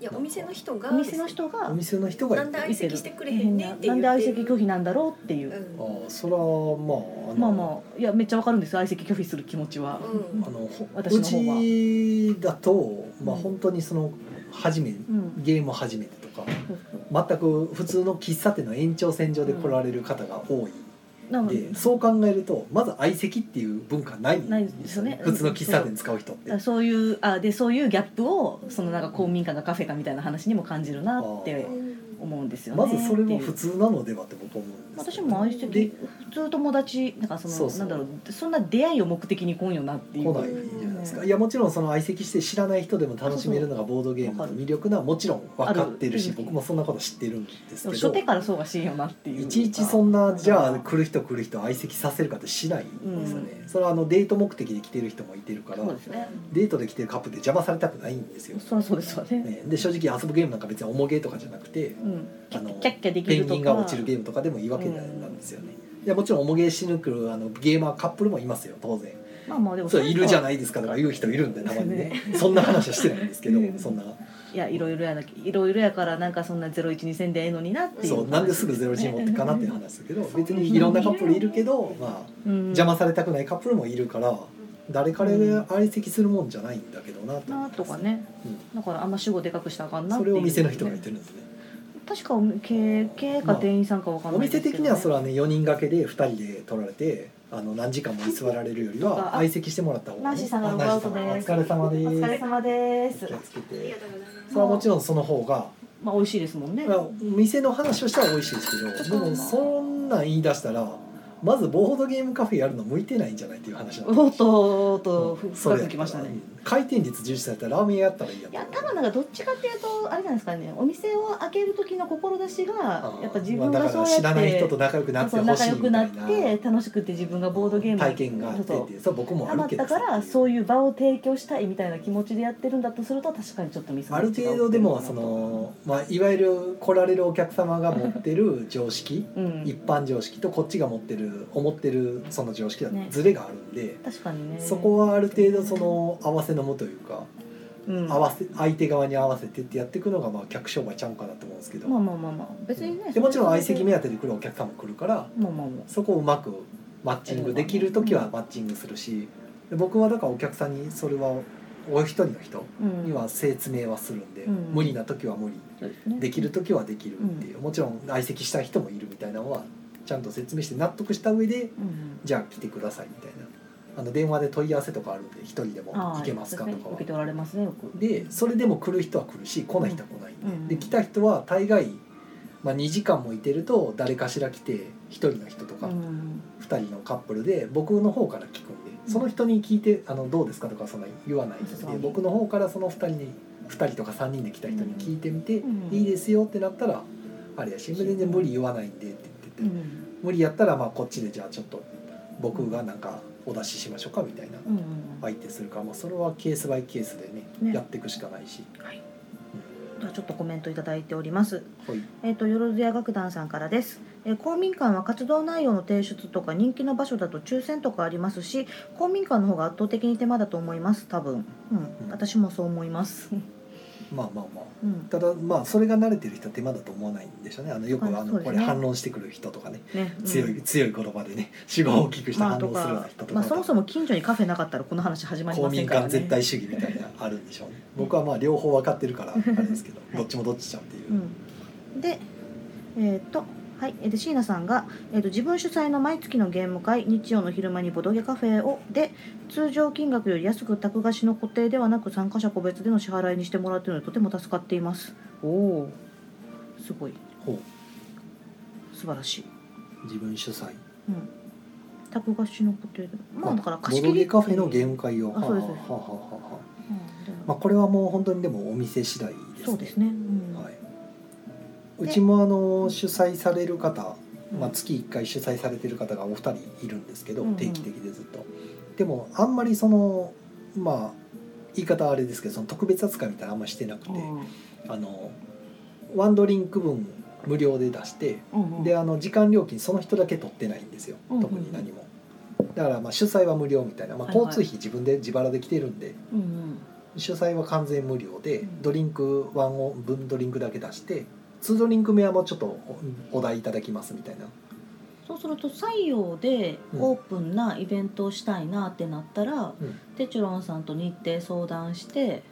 D: いやお店の人が
A: お店の人が
B: お店の人が
D: なんで相席してくれへんねんって
A: な
D: 言
A: ん
D: っ
A: で
D: て
A: 相席拒否なんだろうっていうう、
B: あ
D: ん
B: ーそれはまあ
A: まあ
B: あ
A: まあいやめっちゃわかるんですよ相席拒否する気持ちは、
D: うん
B: あのほ
A: 私
B: う
A: の方は
B: ちだと、まあ、
A: うん
B: 本当にその初め
A: うんうん
B: ゲーム初めてとか全く普通の喫茶店の延長線上で来られる方が多い、
A: なので
B: でそう考えるとまず相席っていう文化ないん
A: ないですよね
B: 普通の喫茶店使う人って。
A: だからそういうあでそういうギャップをそのなんか公民館がカフェかみたいな話にも感じるなって思うんですよね。
B: まずそれも普
A: っていう
B: 通なのではって僕は思うんです
A: 私
B: けど
A: も相
B: で
A: 席普通友達なんかその
B: そうそう
A: なんだろうそんな出会いを目的に来んよなってい
B: 来
A: う
B: ない
A: うん
B: じゃないですかいやもちろんその相席して知らない人でも楽しめるのがボードゲームの魅力なもちろん分かってるし
A: ある
B: 僕もそんなこと知ってるんですけ
A: 初
B: ど
A: 手からそうがしいよなっていう
B: いちいちそんなじゃ
A: う
B: あ
A: ん
B: 来る人来る人相席させるかってしないんですよね、それはあのデート目的で来てる人もいてるから
A: そうですね
B: デートで来てるカップルって邪魔されたくないんですよ、
A: そりゃそうですわね
B: ね、で正直遊ぶゲームなんか別に重ゲーとかじゃなくて
A: うんキ
B: あ
A: ャ
B: の
A: ッキャッキャでき
B: ペ
A: ると
B: ン
A: か
B: ギンが落ちるゲームとかでもいいわけなんですよね、いやもちろん重ゲーしぬくるあのゲーマーカップルもいますよ当然
A: まあまあでも
B: そういるじゃ
A: い
B: ないですかとか言う人いるんでたまに ねそんな話はしてないんですけど
A: うん
B: そんない
A: やいろいろやないろいろやからなんかそんな012000でええのになっていう
B: そうなんですぐゼロ人持ってかなっていう話ですけど別にいろんなカップルいるけどまあ邪
A: 邪
B: 魔されたくないカップルもいるから誰彼が相席するもんじゃないんだけどなと思
A: ない
B: ます
A: とかね
B: うん
A: だからあんま主語でかくしたらあかんなっ
B: そ
A: て
B: れ
A: いう
B: を店の人が言ってるんですね
A: 確か経営経営か店員さんかわかん
B: お
A: ない
B: 店的にはそれ
A: れ
B: はね4人掛けで2人で取られてあの何時間も居座られるより
A: と
B: は
A: か
B: 相席してもらった方が
A: ナ
B: ね
A: ンシーさんがログアウトです
B: あナンシーさんお疲れ様です
A: 様です
B: 気をつけ
D: あり
B: て
D: がとうございます
B: それはもちろんその方が
A: まあ美味しいですもんね
B: まあ店の話をしたら美味しいですけどでもそんなん言い出したらまずボードゲームカフェやるの向いてないんじゃないっていう話なんで
A: おっとおっと
B: うんそ
A: 深く
B: れやった
A: き
B: ら
A: ましたね
B: 回転率重視されたらラーメン屋やったらいいや
A: いや多分なんかどっちかっていうとあれじゃないですかねお店を開ける時の志がやっぱ自分
B: まあ
A: が
B: だか
A: そう
B: ら
A: や
B: 知らない
A: って
B: 人と仲良くなって
A: そう
B: ほ
A: 仲
B: しい
A: 良
B: み
A: く
B: た
A: ない
B: な
A: って楽しくて自分がボードゲーム
B: 体験があってって
A: そう
B: いうそう僕もあ
A: ハ
B: る
A: マっ
B: けど
A: たからそういう場を提供したいみたいな気持ちでやってるんだとすると確かにちょっとミスマ
B: あ
A: ッ
B: る
A: チが
B: 程
A: 起きて
B: 度で
A: る
B: も
A: なと
B: その、まあ、いわゆる来られるお客様が持ってる常識
A: うん
B: 一般常識とこっちが持ってる思ってるその常識だと
A: ね
B: ズレがあるんで、
A: 確かにね
B: そこはある程度その合わせのむというか、
A: うん
B: 合わせ相手側に合わせてってやっていくのがまあ客商売ちゃうんかなと思うんですけど、
A: まあまあまあまあ別にね
B: でもちろん相席目
A: は
B: 当てで来るお客様も来るから
A: まあまあまあ
B: そこをうまくマッチングできる時はマッチングするし、で僕はだからお客さんにそれはお一人の人
A: うん
B: には説明はするんで、
A: うん
B: 無理な時は無理
A: そうですね
B: できる時はできるっていう、もちろん相席したい人もいるみたいなのはちゃんと説明して納得した上で
A: うん
B: じゃあ来てくださいみたいなあの電話で問い合わせとかあるんで一人でも
A: ああ
B: 行けますかとか
A: 受
B: は
A: け。ておられますねよく
B: でそれでも来る人は来るし来ない人は来ないんで,、
A: うん
B: で来た人は大概、まあ、2時間もいてると誰かしら来て1人の人とか
A: うん
B: 2人のカップルで僕の方から聞くんでその人に聞いて「あのどうですか?」とかそんな言わないんで
A: そうそう
B: 僕の方からその2人に2人とか3人で来た人に聞いてみて「
A: うん
B: いいですよ」ってなったら「あれやし全然無理言わないんで」って言ってて、
A: うん
B: 無理やったらまあこっちでじゃあちょっと僕がなんかお出ししましょうかみたいな
A: うんうん
B: 相手するから、まあ、それはケースバイケースでね
A: ね
B: やっていくしかないし。
A: じゃあちょっとコメントいただいております
B: はい
A: えー、とよろずや楽団さんからです、えー公民館は活動内容の提出とか人気の場所だと抽選とかありますし公民館の方が圧倒的に手間だと思います多分、うん
B: うん
A: 私もそう思い ます、
B: まあまあまあ
A: うん
B: ただまあそれが慣れてる人は手間だと思わないんでしょうねあのよく
A: あ
B: あ
A: そ
B: の
A: うです
B: こ
A: ね
B: れ反論してくる人とかね
A: ねうん
B: 強い、強い言葉でね主語を大きくして
A: まあ
B: 反
A: と
B: 論するよう
A: か
B: な人とか,、
A: まあ、そもそも近所にカフェなかったらこの話始まり
B: 公
A: ません
B: 民
A: から、ね、
B: 館絶対主義みたいなあるんでしょうね僕はまあ両方分かってる からあれですけど、どっちもどっちじゃんっていう、
A: うん、でえっ、とはい、えーで椎名さんが、えー、と自分主催の毎月のゲーム会日曜の昼間にボドゲカフェをで通常金額より安く宅貸しの固定ではなく参加者個別での支払いにしてもらっているのでとても助かっていますおおすごい
B: ほう
A: 素晴らしい、
B: 自分主催
A: うん、宅貸しの固定でまあだから貸し
B: ボ
A: 切
B: ド
A: り
B: ゲカフェのゲーム会を
A: あそうです
B: はあはあはあはあはあ
A: うんで
B: まあこれはもう本当にでもお店次第ですね
A: そうですね、うん
B: はい、う
A: で
B: ちもあの主催される方、
A: うん
B: まあ、月1回主催されてる方がお二人いるんですけど、
A: うんうん
B: 定期的でずっとでもあんまりそのまあ言い方はあれですけどその特別扱いみたいなのあんまりしてなくて、
A: うん
B: あのワンドリンク分無料で出して
A: うんうん
B: であの時間料金その人だけ取ってないんですよ
A: うんうん
B: 特に何もだからまあ主催は無料みたいな、まあ、
A: はいはい
B: 交通費自分で自腹で来てるんで
A: うんうん
B: 主催は完全無料で
A: うん
B: ドリンクワンを分ドリンクだけ出して2ドリンク目はもうちょっとおお題いただきますみたいな
A: そうすると採用で
B: うん
A: オープンなイベントをしたいなってなったら、
B: うん
A: テチュロンさんと日程相談して、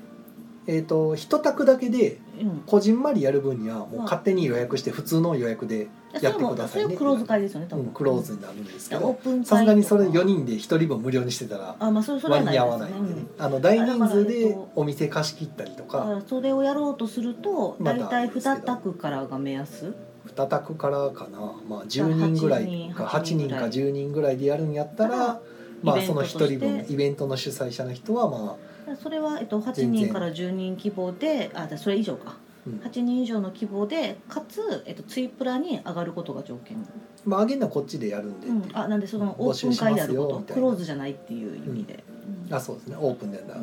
B: えっ、と一択だけで
A: うん、
B: こじんまりやる分にはもう勝手に予約して普通の予約で、
A: でそれ
B: やって
A: も
B: くだ
A: そ
B: さい
A: れ
B: ね
A: をクローズ会ですよね多
B: う
A: 分、
B: ん、クローズになるんです
A: で
B: け
A: オー
B: ど
A: プン会
B: さすがにそれ
A: とか
B: 4人で1人分無料にしてたら
A: あまあそれそれは
B: 割
A: ない
B: に
A: で
B: 合
A: す
B: わないんでね
A: うん
B: あの大人数
A: あだか
B: で
A: らえっと
B: お店貸し切ったりと
A: だか
B: から
A: それをやろうとすると
B: ま
A: 大
B: だ
A: 体2択からが目安
B: 2択からかな、まあ、10人ぐらいか
A: 8
B: 8
A: 人
B: 人
A: ぐらい
B: か10人ぐらいでやるんやったら。まあ、その1人分イベントの主催者の人はまあ、
A: それは、えっと、8
B: 全然
A: 人から10人規模であだそれ以上か
B: うん
A: 8人以上の規模でかつ、えっと、ツイプラに上がることが条件、
B: まあ、あげるのはこっちでやるんで、
A: うん、あなんでその
B: 募
A: オープ
B: 集
A: ン
B: しますよ
A: 会であること
B: みたいな
A: クローズじゃないっていう意味で、うん
B: あそうですねオープンでやるな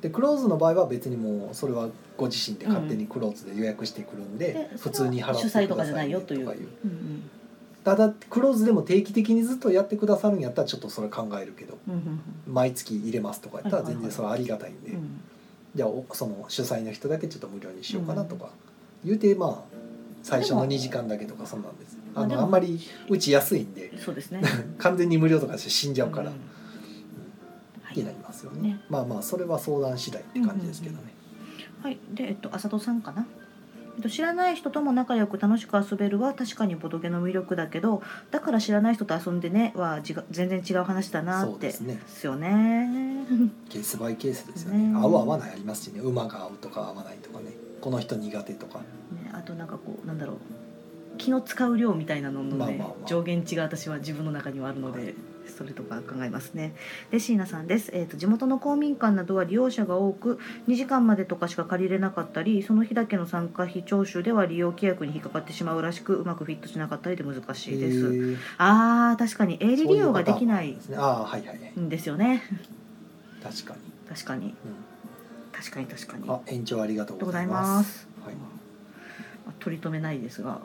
B: でクローズの場合は別にもうそれはご自身で勝手にクローズで予約してくるんで、
A: で
B: 普通に払ってくだ
A: そ
B: さ
A: れは主催
B: い
A: とかじゃないよという
B: とかいう
A: うん
B: ただクローズでも定期的にずっとやってくださるんやったらちょっとそれ考えるけど
A: うんうんうん
B: 毎月入れますとかやった
A: は
B: ら
A: いはい
B: 全
A: はい
B: 然それはありがたいん
A: う
B: で、
A: んうん
B: じゃあおその主催の人だけちょっと無料にしようかなとか、言うてまあ最初の
A: でも
B: 2時間だけとかそうなんです
A: まあ
B: あ
A: で
B: の
A: も
B: あんまりうち安いんで
A: そうですね
B: 完全に無料とかして 死んじゃうか
A: う
B: ら、
A: んはい
B: になりますよね,、
A: ね
B: まあまあそれは相談次第って感じですけどね、
A: はい、で、えっと、浅戸さんかな。えっと、知らない人とも仲良く楽しく遊べるは確かにボドゲの魅力だけどだから知らない人と遊んでねは違う全然違う話だな
B: そ
A: っ
B: う
A: て
B: ですね
A: ですよね。
B: ケースバイケースですよね
A: ね
B: 合う合わないありますしね馬が合うとか合わないとかねこの人苦手とか
A: ねあとなんかこうなんだろう気の使う量みたいなののね、
B: まあまあまあ
A: 上限値が私は自分の中にはあるので。それとか考えますね。で、椎名さんです。えっ、と地元の公民館などは利用者が多く、2時間までとかしか借りれなかったり、その日だけの参加費徴収では利用規約に引っかかってしまうらしく、うまくフィットしなかったりで難しいです。
B: へー
A: ああ確かに営利利用ができな
B: そううパターンもあるん
A: い
B: ですねああはいはいはい
A: んですよね。
B: 確かに、
A: 確かに
B: う
A: 確かに確かに。
B: ん、あ延長ありがとう
A: ご
B: ご
A: ざ
B: ざ
A: い
B: い
A: ま
B: ます
A: す。
B: はい、うん
A: まあ取り留めないですが。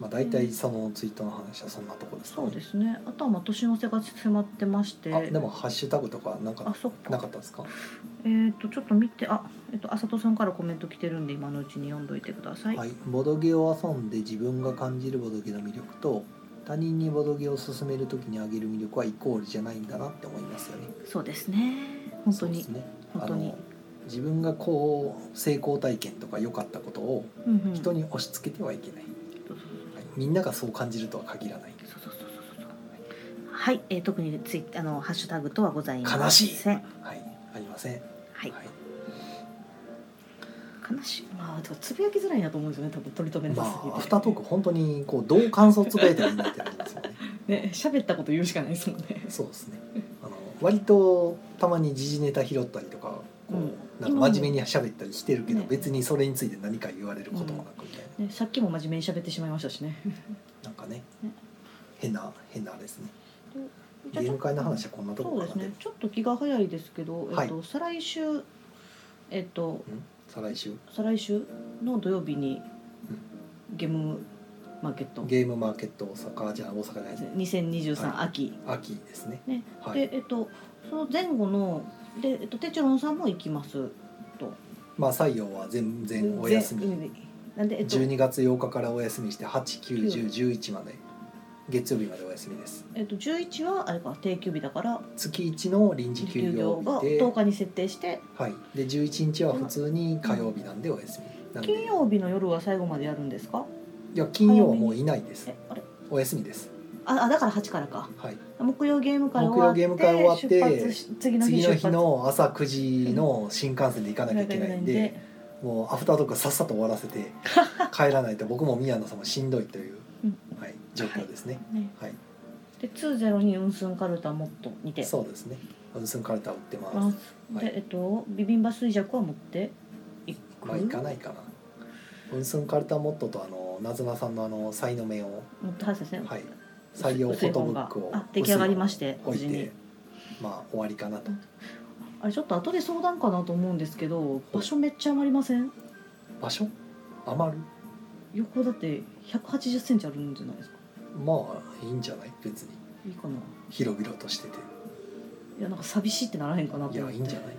B: まあ、大体そのツイートの話はそんなとこですか
A: そ
B: ね
A: うですね。あとはまあ年の瀬が迫ってまして。
B: あでもハッシュタグとかなんか
A: あそっ
B: な
A: か
B: か。ったですか
A: えっ、とちょっと見てあえっ、とあさとさんからコメント来てるんで今のうちに読んどいてください。
B: はい、ボドゲを遊んで自分が感じるボドゲの魅力と他人にボドゲを勧めるときにあげる魅力はイコールじゃないんだなって思いますよね。
A: そうですね。本当
B: そうで
A: に、
B: すね、
A: 本当に
B: あの自分がこう成功体験とか良かったことを
A: うんうん。
B: 人に押し付けてはいけない、
A: そうそうそう
B: はいみんながそう感じるとは限らない
A: そうそうそうそうそうはい、えー、特にツイあのハッシュタグとはございません。
B: 悲しい
A: は
B: はいありません、
A: い。悲しい。まあ、てかつぶやきづらいなと思うんですよね。多分取り留めな
B: ま
A: さすぎて。
B: あアフタートーク本当にこうどう感想つぶやいたらいいんだってなります よね
A: ね、喋ったこと言うしかないですもんね。
B: そうですねあの割とたまに時事ネタ拾ったりとかこう、
A: うん
B: なんか真面目に喋ったりしてるけど、
A: ね
B: 別にそれについて何か言われることもなくみたいな、
A: ね、さっきも真面目に喋ってしまいましたしね。
B: なんかね
A: ね
B: 変な変なあれですねゲーム会の話はこんなとこ
A: そう
B: ろ
A: で
B: か
A: す
B: なで
A: ね。ちょっと気が早いですけど、
B: はい
A: えっと、再来週。えっと、
B: うん再来週
A: 再来週の土曜日に。ゲームマーケット。
B: ゲームマーケット大阪じゃあ大阪じゃない
A: 2023秋。
B: 秋ですね
A: ね、
B: はい
A: で、えっと、その前後の、で、えっと、てちろんさんも行きます。
B: まあ採用は全然お休み、
A: ぜ。なんで、えっと、
B: 12月8日からお休みして891011まで月曜日までお休みです
A: えっと、十一はあれか、定休日だから。
B: 月1の臨時休
A: 給料が
B: 業日で
A: 10日に設定して
B: はい、で11日は普通に火曜日なんでお休みなんで
A: 金曜日の夜は最後までやるんですか
B: いや金曜はもういないです
A: えあれ
B: お休みです
A: ああだから8からか
B: はい
A: 木曜ゲーム会終わって
B: 木曜ゲーム会終わって
A: 出発し次の日
B: 次
A: 出
B: の
A: 発
B: 日の朝9時の新幹線で行かなきゃいけないんでもうアフタートークはさっさと終わらせ て帰らないと僕も宮野さんもしんどいという
A: うん、
B: はい、状況ですね
A: ね
B: はい、
A: で202ウンスンカルタもっとにて
B: そうですねウンスンカルタ売ってます
A: まあ
B: はい
A: でえっとビビンバ水弱は持っていく、
B: まあ行かないかなウンスンカルタモットとあのなずなさんのあの才の目を
A: 持ってはいそうですね、
B: はい採用フ
A: 薄い
B: ォト
A: 本
B: ブ
A: が
B: ックを
A: あ出来上がりまして
B: 置
A: 無
B: い
A: 事に
B: てまあ終わりかなと
A: あれちょっと後で相談かなと思うんですけど場所めっちゃ余りません
B: 場所余る
A: 横だって180センチあるんじゃないですか
B: まあいいんじゃない別に
A: いいかな
B: 広々としてて
A: いやなんか寂しいってならへんかなと
B: い
A: 思っ
B: や
A: て
B: いいんじゃない、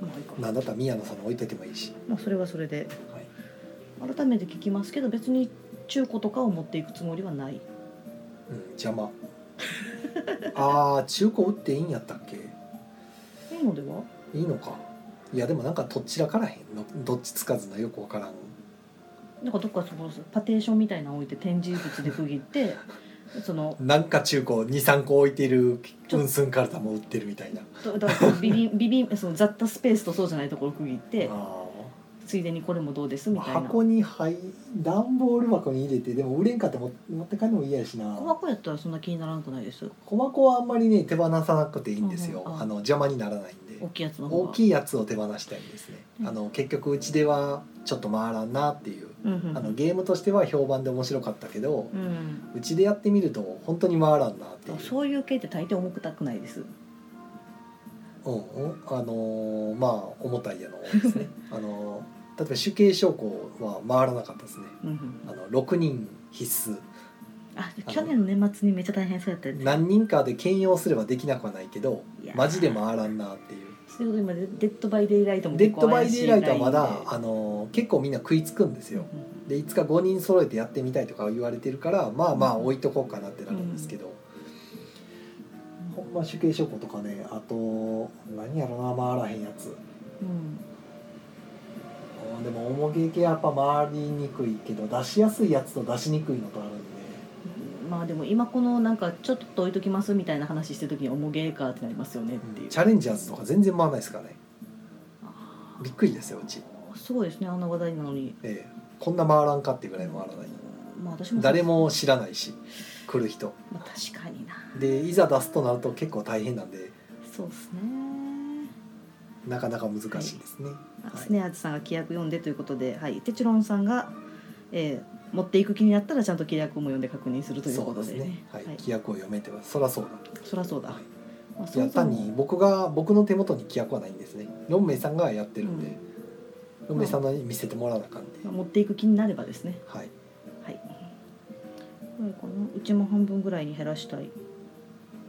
A: まあいいか
B: うん、なんだったら宮野さんの置いといてもいいし、
A: まあそれはそれで
B: はい、
A: 改めて聞きますけど別に中古とかを持っていくつもりはない
B: うん邪魔あー中古売っていいんやったっけ
A: いいのではい
B: いのかいやでもなんかどっちらからへんのどっちつかずのよくわからん
A: なんかどっかそこパテーションみたいなの置いて展示物で区切ってその
B: なんか中古23個置いてるうんすんカルタも売ってるみたいな
A: だだからビビンビビンその雑多スペースとそうじゃないところ区切って
B: あ
A: ついでにこれもどうです
B: ー
A: みたいな
B: 箱に入段ボール箱に入れてでも売れんかって持持って帰るのも嫌やしな
A: 小箱やったらそんな気にならんくないです
B: 小箱はあんまりね手放さなくていいんですよ、
A: うんうんうん
B: あの邪魔にならないんで
A: 大きいやつの方が
B: 大きいやつを手放したいんですね、
A: うん
B: あの結局うちではちょっと回らんなっていう
A: うんうんうん
B: あのゲームとしては評判で面白かったけど
A: うん
B: うちでやってみると本当に回らんなっていう
A: そういう系って大抵重くたくないです
B: うんうんあのーまあ重たいやのです ねあのー例えば手形証拠は回らなかったですね
A: うんうん
B: あの6人必須
A: あ去年の年末にめっちゃ大変そうやったやつ
B: 何人かで兼用すればできなくはないけど
A: いやー
B: マジで回らんなっていう
A: そういうこと今デデッドバイデイライトも
B: デ
A: 結
B: ッド
A: 構
B: バ
A: 怪
B: イ
A: し
B: デ
A: い
B: イ
A: ラ
B: ラ
A: イン
B: イト
A: で
B: はまだ、あのー結構みんな食いつくんですよ
A: うんうん
B: でいつか5人揃えてやってみたいとか言われてるからまあまあ置いとこうかなってなるんですけど、ほんま手形証拠とかねあと何やろな回らへんやつ
A: うん
B: うんでも重げ系はやっぱ回りにくいけど出しやすいやつと出しにくいのとあるんで
A: まあでも今このなんかちょっと置いときますみたいな話してる時に重げーかってなりますよねっていう、
B: チャレンジャーズとか全然回らないですからね
A: あ
B: びっくりですようち、
A: ーすごいですねあんな話題なのに
B: ええこんな回らんかってぐらい回らない
A: まあ私も
B: 誰、も知らないし来る人
A: まあ、確かにな
B: でいざ出すとなると結構大変なんで
A: そうですね
B: なかなか難しいですね、
A: あ
B: はい
A: スネアーズさんが規約読んでということで、はい、テチロンさんが、えー持っていく気になったらちゃんと契約も読んで確認するという
B: そ
A: こ
B: う
A: と
B: で
A: ですね
B: ね、はい
A: はい、
B: 規約を読めてはそらそうだ
A: そりゃそうだ、
B: は
A: ま
B: い
A: あ
B: いや
A: そも
B: 単に僕が僕の手元に規約はないんですねロンメイさんがやってるんで、ロンメイさんのに見せてもらわなあかんで、
A: そも持っていく気になればですね
B: はい
A: はいこれかなうちも半分ぐらいに減らしたい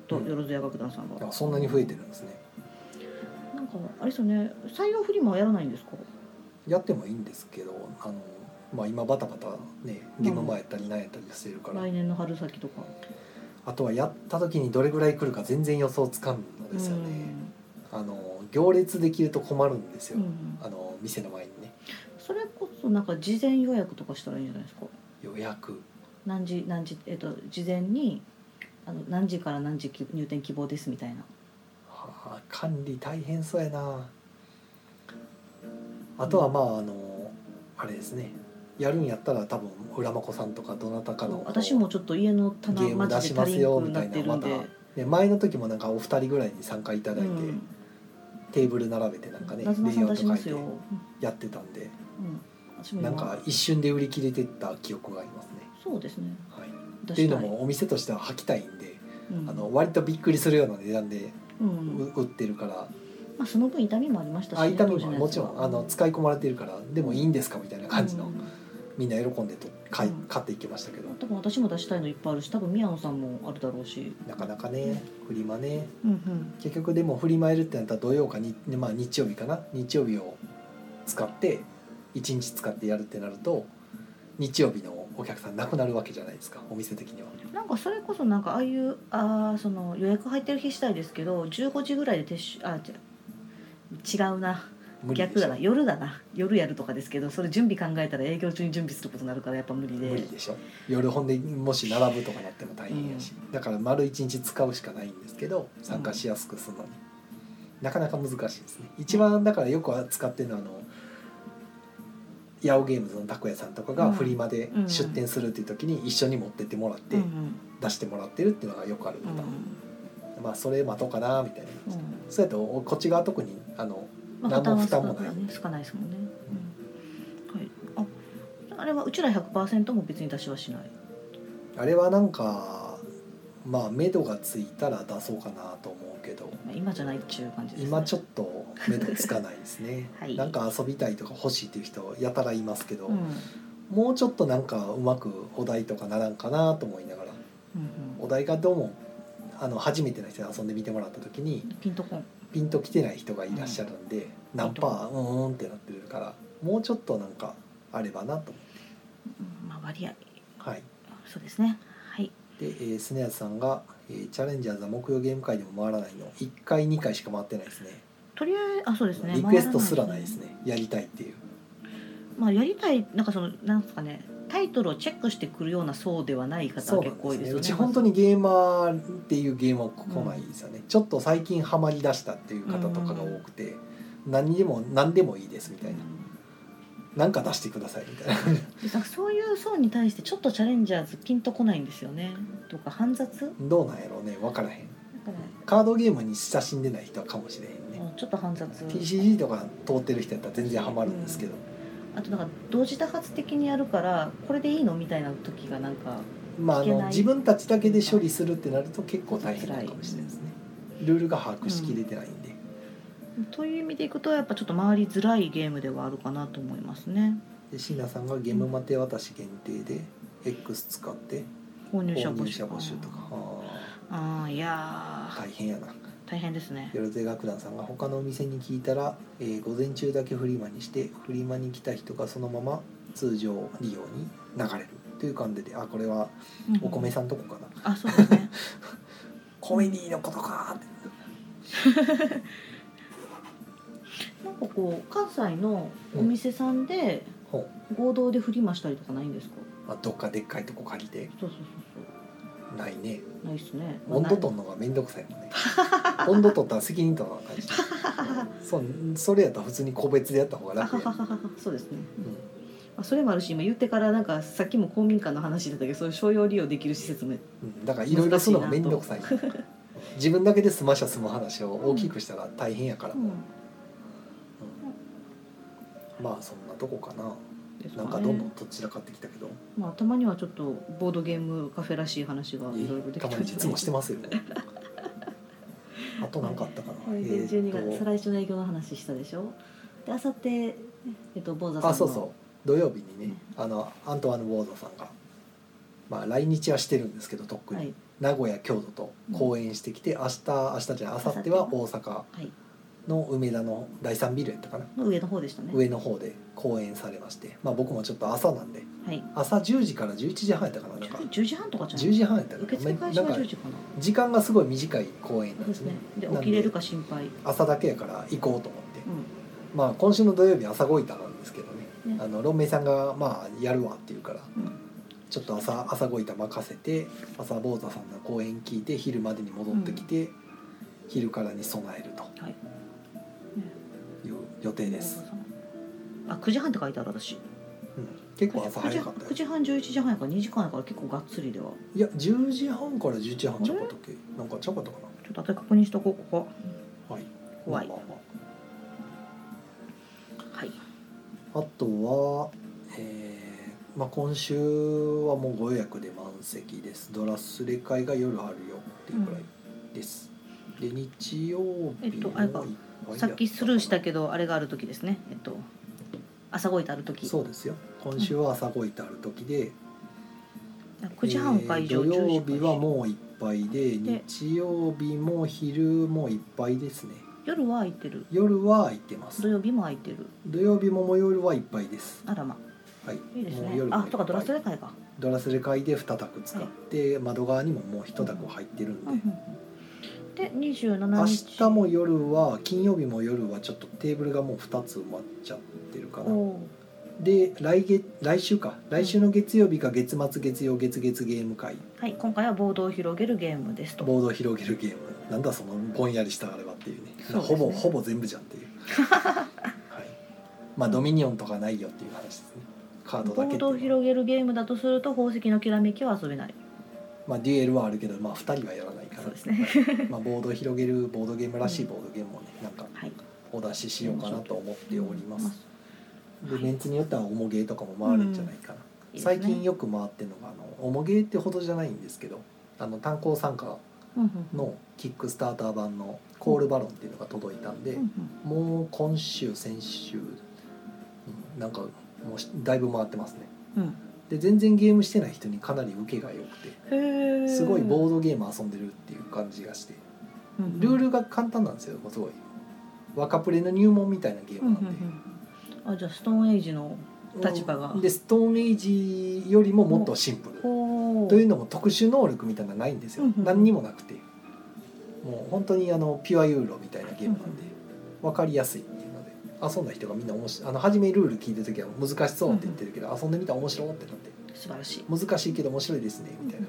A: と、
B: うん
A: よろずや楽団さんが
B: あそんなに増えてるんですね
A: なんかあれですよね採用フリマはやらないんですか
B: やってもいいんですけどあの、まあ、今バタバタね義務前やったり何やったりしてるから、
A: 来年の春先とか
B: あとはやった時にどれぐらい来るか全然予想つかんのですよね、あの行列できると困るんです
A: う
B: よ、
A: んうん
B: あの店の前にね
A: それこそなんか事前予約とかしたらいいんじゃないですか
B: 予約
A: 何時何時えっと事前にあの何時から何時き入店希望ですみたいな
B: はあ管理大変そうやなあとはまああのあれですねやるんやったら多分浦真子さんとかどなたかの
A: 私もちょっと家の棚
B: ゲーム
A: マ
B: 出
A: ジ
B: し
A: で
B: ま
A: 足り
B: す
A: な
B: よ
A: く
B: み
A: な
B: た
A: っ
B: い
A: て
B: な
A: る
B: ま
A: ん
B: た
A: で、
B: ね、前の時もなんかお二人ぐらいに参加いただいて、
A: うん
B: テーブル並べてなんかね
A: なずな
B: レ
A: さ
B: イア
A: ん
B: ウト
A: 出し
B: 書
A: ま
B: い
A: す
B: て
A: よ、
B: やってたんで
A: うん、私も
B: な
A: 今
B: んか一瞬で売り切れてった記憶がありますね、
A: そうですね
B: はい、っ
A: 出
B: ていう
A: し
B: の
A: たい
B: もお店としては履きたいんで、
A: うん
B: あの割とびっくりするような値段で
A: うん
B: う売ってるから、
A: まあ、その分痛みもありましたし
B: あ
A: ね、
B: 痛み
A: 当時
B: も
A: のやつは
B: もちろんあの使い込まれてるからでもいいんですかみたいな感じの、
A: うん
B: みんな喜んでと買い
A: うん
B: 買っていきましたけど
A: 多分私も出したいのいっぱいあるし多分宮野さんもあるだろうし、
B: なかなかねフリマね
A: うんうん、
B: 結局でもフリマえるってなったら土曜かに、まあ、日曜日かな日曜日を使って1日使ってやるってなると日曜日のお客さんなくなるわけじゃないですかお店的には
A: なんかそれこそなんかああいうあーその予約入ってる日したいですけど15時ぐらいで撤収あ違う違うな
B: 無理で
A: 逆
B: し
A: だ
B: ょ
A: な夜だな夜やるとかですけどそれ準備考えたら営業中に準備することになるからやっぱ無理で
B: 無理でしょ夜ほんでもし並ぶとかなっても大変やし、だから丸1日使うしかないんですけど参加しやすくするのに、なかなか難しいですね一番だからよく使ってるのはあのヤオゲームズのたこやさんとか
A: う
B: が
A: ん
B: フリマで出店するっていう時に一緒に持ってってもらって
A: うんうん
B: 出してもらってるっていうのがよくあるパ
A: う
B: ターン
A: ん
B: まあそれ待とうかなみたいな、
A: うん
B: そうやとこっち側特にあの
A: まあ、
B: 何も
A: 負担
B: 負担も
A: は
B: ない
A: 少ないですもんね、うんはい、ああれはうちら100%も別に出しはしない
B: あれはなんかまあ目処がついたら出そうかなと思うけど
A: まあ今じゃないっていう感じです、ね、
B: 今ちょ
A: っ
B: っと目処つかないですね、
A: はい
B: なんか遊びたいとか欲しいっていう人やたらいますけど、
A: うん
B: もうちょっとなんかうまくお題とかならんかなと思いながら
A: うん
B: お題がどうもあの初めての人に遊んでみてもらった時に
A: うん、ピンとこん
B: ピンときてない人がいらっしゃるんで、何パーうーんってなってるからもうちょっとなんかあればなと思
A: うんまあ割合
B: うはい
A: そうですねはい
B: で、えー、スネアさんが、えーチャレンジャーズは木曜ゲーム会でも回らないの1回2回しか回ってないですね
A: とりあえずあそうですね
B: リクエストすらないです
A: ね
B: ねやりたいっていう
A: まあ、やりたいなんかそのなんですかねタイトルをチェックしてくるような層ではない方が
B: そうな
A: 結
B: ん
A: 構多
B: です
A: いです
B: ね
A: よね。
B: うち本当にゲーマーっていうゲームは来ないですよね、ちょっと最近ハマりだしたっていう方とかが多くて、何にでも何でもいいですみたいな何か出してくださいみたいな
A: でなんかそういう層に対してちょっとチャレンジャーズピンとこないんですよねとか煩雑だか
B: どうなんやろうね分からへん
A: ら
B: カードゲームに親しんでない人はかもしれへんね、
A: もうちょっと煩雑
B: TCG とか通ってる人やったら全然ハマるんですけど、
A: あとなんか同時多発的にやるからこれでいいのみたいな時がなんか
B: まああ
A: いけ
B: の
A: ない
B: 自分たちだけで処理するってなると結構大変なのかもしれないですねルールが把握しきれてないんで、
A: という意味でいくとやっぱちょっと回りづらいゲームではあるかなと思いますね
B: で椎名さんがゲームマ手渡し限定で X 使って
A: 購入者
B: 購
A: 募
B: 入
A: 集
B: 者募集とか
A: ああいや
B: あー
A: ー
B: 大変やな
A: 大変ですね
B: よろずや楽団さんが他のお店に聞いたら、えー午前中だけフリマにしてフリマに来た人がそのまま通常利用に流れるという感じであこれはお米さんとこかな、
A: あそうですね
B: コメディのことかーって
A: なんかこう関西のお店さんで
B: ほう
A: 合同で振りましたりとかないんですか？
B: あどっかでっかいとこ借りて
A: そうそう
B: ない
A: そう
B: ね
A: そうないっすね。
B: 温度取んのがめんどくさいもんね温度取ったら責任取らな感じ そうそれやったら普通に個別でやった方が
A: あ
B: 楽
A: は
B: や
A: はははそうですね。
B: うん
A: まあそれもあるし今言ってからなんかさっきも公民館の話だったけどそういう商用利用できる施設も
B: うんだからいろいろするのが面倒くさい自分だけで済ましゃ済む話を大きくしたら大変やから、うんまあそんなとこかな
A: ですかね。
B: なんかどんどんどちらかってきたけど、
A: まあたまにはちょっとボードゲームカフェらしい話がいろいろでき
B: たまに実もしてますよあと何かあったかな、
A: これで
B: え
A: 12月
B: ー
A: 再
B: っ
A: 来週の営業の話したでしょ。で明後日えっと坊座さんの
B: とあそうそう土曜日にねあのアントワーヌ・ボードさんがまあ来日はしてるんですけどとっくに、
A: はい
B: 名古屋京都と公演してきて、明日明日じゃない明後日は大阪
A: はい
B: の梅田の第3ビルやったかな
A: の上の方でしたね。
B: 上の方で公演されまして、まあ、僕もちょっと朝なんで
A: はい。
B: 朝10時から11時半やったかななんか
A: 10時半とかじゃない
B: 10時半やった
A: 受
B: か
A: 付開
B: なな
A: 始
B: なん
A: は
B: か
A: 10時かな
B: 時間がすごい短い公演なん
A: で
B: ですす
A: ね
B: ね
A: で
B: なん
A: 起
B: で
A: きれるか心配、
B: 朝だけやから行こうと思って、
A: う
B: まあ今週の土曜日朝ごいたなんですけどね
A: ね
B: あのロンメイさんがまあやるわって言うから
A: ん
B: ちょっと朝朝ごいた任せて朝坊座さんの公演聞いて昼までに戻ってきて、昼からに備える
A: はい
B: という予定です、
A: あ9時半って書いてある私
B: うん、結構朝早かったよ
A: 9時半11時半やから2時間やから結構がっつりではい
B: や10時半から11時半ちゃうかったっけなんかちゃうかったか
A: ちょっと後で確認しとこうここ
B: なはい
A: 怖い
B: まあまあまあ
A: はい
B: あとは、えーまあ、今週はもうご予約で満席ですドラスレ会が夜あるよっていうくらいです、で日曜
A: え
B: 日
A: っと
B: も
A: あれか
B: いぱい
A: さっきスルーした
B: ど
A: けどあれがある時ですねえっと朝ごいてある時
B: そうですよ今週は朝ごいてある時で、
A: 9時半会場、
B: えー土曜
A: 10時開
B: 日は
A: 始
B: もういっぱいで
A: で
B: 日曜日も昼もいっぱいですね
A: 夜は空いてる
B: 夜は空いてま
A: 土
B: す
A: 曜日も空いてる
B: 土曜日も夜はいっぱいです
A: あらま
B: はい
A: いいです
B: も
A: ね
B: う夜もい
A: あ
B: っぱい
A: とかドラスレ会か、
B: ドラスレ会で2択使って、窓側にももう1択入ってるん
A: うん
B: で、
A: うんうん、で27
B: 明
A: 日
B: 日も夜は金曜日も夜はちょっとテーブルがもう2つ埋まっちゃってるかな
A: おー
B: で来月来週か来週の月曜日か月末月曜月月ゲーム会
A: はい今回はボードを広げるゲームですと
B: ボードを広げるゲームなんだそのぼんやりしたあれはっていうね
A: そうです
B: ほ
A: ね
B: ぼほぼ全部じゃん っていうはいまあドミニオンとかないよっていう話ですねカード
A: ボ
B: だけって
A: ー
B: いう
A: ドを広げるゲームだとすると宝石のきらめきは遊べない
B: まあデュエルはあるけどまあ2人はやらないから
A: そうですね
B: はい まあボードを広げるボードゲームらしいボードゲームをねなんか
A: はい
B: お出ししようかなと思っております
A: うん
B: でメンツによってはおもげとかも回るんじゃないかな、
A: いいですね
B: 最近よく回ってるのがあのおもげってほどじゃないんですけどあの炭鉱参加
A: うんうん
B: のキックスターター版の「コールバロン」っていうのが届いたんで、
A: うんうん
B: もう今週先週うんなんかもうしだいぶ回ってますね
A: ううん
B: で全然ゲームしてない人にかなり受けが良くて
A: へー
B: すごいボードゲーム遊んでるっていう感じがして
A: うんうん
B: ルールが簡単なんですよすごい若プレの入門みたいなゲー
A: うんう
B: ム
A: ん
B: なん
A: う
B: で、
A: んあじゃあストーンエイジの立場が
B: でストーンエイジよりももっとシンプル
A: ほう
B: というのも特殊能力みたいなのないんですよ、
A: うんうん
B: 何にもなくてもう本当にあのピュアユーロみたいなゲームなんで分かりやすいっていうので遊んだ人がみんな面白いあの初めルール聞いた時は難しそうって言ってるけど、遊んでみたら面白いってなって
A: 素晴らしい
B: 難しいけど面白いですねみたいな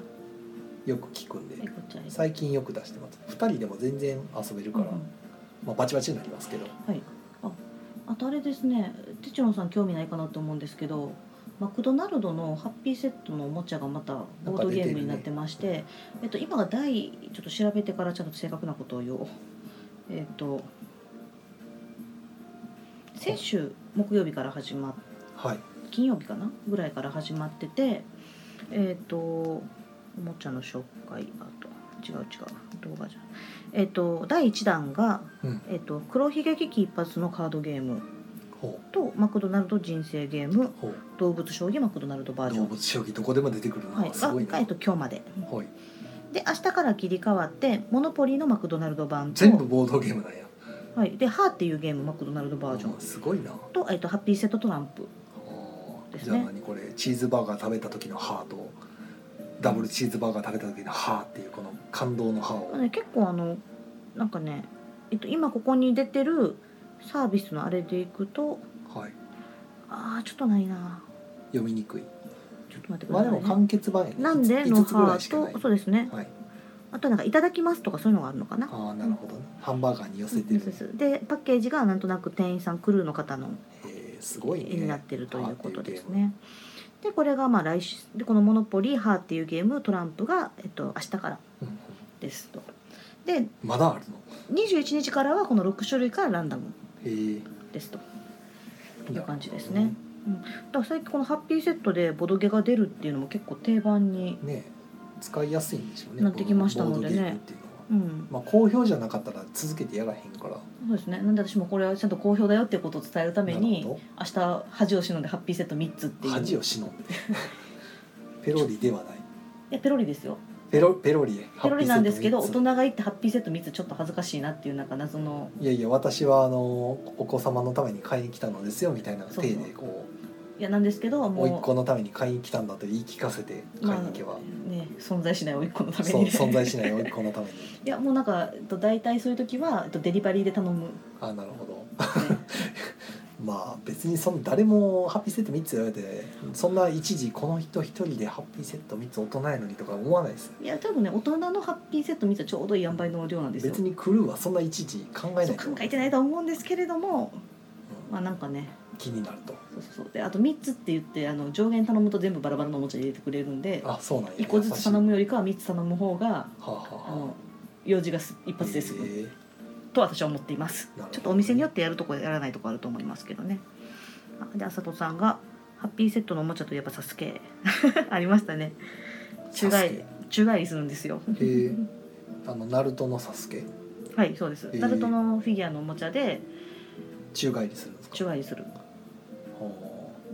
B: よく聞くんで
A: えこちゃん
B: 最近よく出してます2人でも全然遊べるから、
A: うん
B: まあ、バチバチになりますけど
A: はいああとあれですねテチロンさん興味ないかなと思うんですけどマクドナルドのハッピーセットのおもちゃがまたボードゲームになってましてえっと、今が第ちょっと調べてからちゃんと正確なことを言おうえっと先週木曜日から始まっ
B: はい
A: 金曜日かなぐらいから始まっててえっ、とおもちゃの紹介あと違う違う動画じゃんえっ、と第1弾が、
B: うん
A: えっと黒ひげ危機一発のカードゲーム
B: ほ
A: とマクドナルド人生ゲーム
B: うほう
A: 動物将棋マクドナルドバージョ
B: 動
A: ン
B: 物将棋どこでも出てくる
A: は
B: の
A: い
B: がすごいな、
A: が、えっと今日まで
B: はい、
A: で明日から切り替わってモノポリーのマクドナルド版と
B: 全部ボードゲームなんや
A: はい、でハーっていうゲームマクドナルドバージョン
B: うんすごいな
A: と,、えっとハッピーセットトランプ
B: あー
A: です
B: じ
A: ね
B: ゃあ何これチーズバーガー食べた時のハートダブルチーズバーガー食べた時のハーっていうこの感動のハーを、
A: ね結構あのなんかね、えっと、今ここに出てるサービスのあれでいくと
B: はい、
A: あーちょっとないな
B: 読みにくい
A: ちょっと待ってく
B: まあ
A: ださ
B: でも
A: い、ね
B: 完結版やね
A: なんで
B: 5
A: の
B: つぐら
A: ハ
B: いしかない
A: ートそうですね
B: はい、
A: あとなんか「いただきます」とかそういうのがあるのかな
B: ああなるほどねハンバーガーに寄せ
A: うん
B: てる
A: そうそうでパッケージがなんとなく店員さんクルーの方の
B: えーすごいね
A: 絵になってるということですねでこれがまあ来週でこの「モノポリーハー」っていうゲームトランプが、えっと、明日から
B: ハーっていうゲームうん
A: ですとで
B: まだあるの
A: 21日からはこの6種類からランダム
B: へえ
A: ですと
B: い
A: いう感じですねだから最近このハッピーセットでボドゲが出るっていうのも結構定番に、
B: ね使いやすいんでしょうね
A: なってきましたのでね
B: ボードゲームっていうのは
A: うん、
B: まあ好評じゃなかったら続けてやらへんから
A: そうですねなんで私もこれはちゃんと好評だよっていうことを伝えるため
B: なる
A: に
B: ほ
A: 明日恥を忍んでハッピーセット3つって
B: ど
A: いう
B: 恥を
A: い
B: 忍んで ペロリではない
A: やペロリですよ
B: ペロペロリへ
A: ペロリなんですけど
B: ハ
A: 大人
B: ッピーセット
A: が行ってハッピーセット3つちょっと恥ずかしいなっていうなんか謎の
B: 三ついやいや私はあのお子様のために買いに来たのですよみたいな
A: そうそう
B: 体でこ
A: いやなんですけど
B: う甥っ
A: も
B: 子のために買いに来たんだと言い聞かせて
A: う
B: 買い
A: ま
B: に行けば、
A: あね存在しない甥っ子のため
B: そう
A: に
B: 存 在
A: い
B: しない甥っ子のために
A: やもうなんかえっと大体そういう時はえっとデリバリーで頼む、 ね、
B: あなるほどまあ別にそん誰もハッピーセット3つやられてそんな一時この人一人でハッピーセット3つ大人やのにとか思わないです
A: いや多分ね大人のハッピーセット3つはちょうどいい塩梅の量なんですよ
B: 別にクルーはそんな一時考えな
A: そう
B: いと
A: 考えてないと思うんですけれども
B: うん
A: まあなんかね
B: 気になると
A: そうそうそうであと3つって言ってあの上限頼むと全部バラバラのおもちゃ入れてくれるんで
B: あそうなんや
A: 1個ずつ頼
B: 優し
A: むよりかは3つ頼む方が
B: いはあ、は
A: あ
B: あは
A: の用事がす一
B: あ、
A: 発です、
B: へえ
A: と私は思っています
B: なるほど
A: ちょっとお店によってやるとこやらないとこあると思いますけどねあであさとさんが「ハッピーセットのおもちゃといえばサスケ ありましたね宙返り
B: サ
A: 宙返りするんですよ
B: スケへえあのナルトのサスケ
A: はいそうです
B: ー
A: ナルトのフィギュアのおもちゃで
B: 宙返りするんですか
A: 宙返りする
B: ほ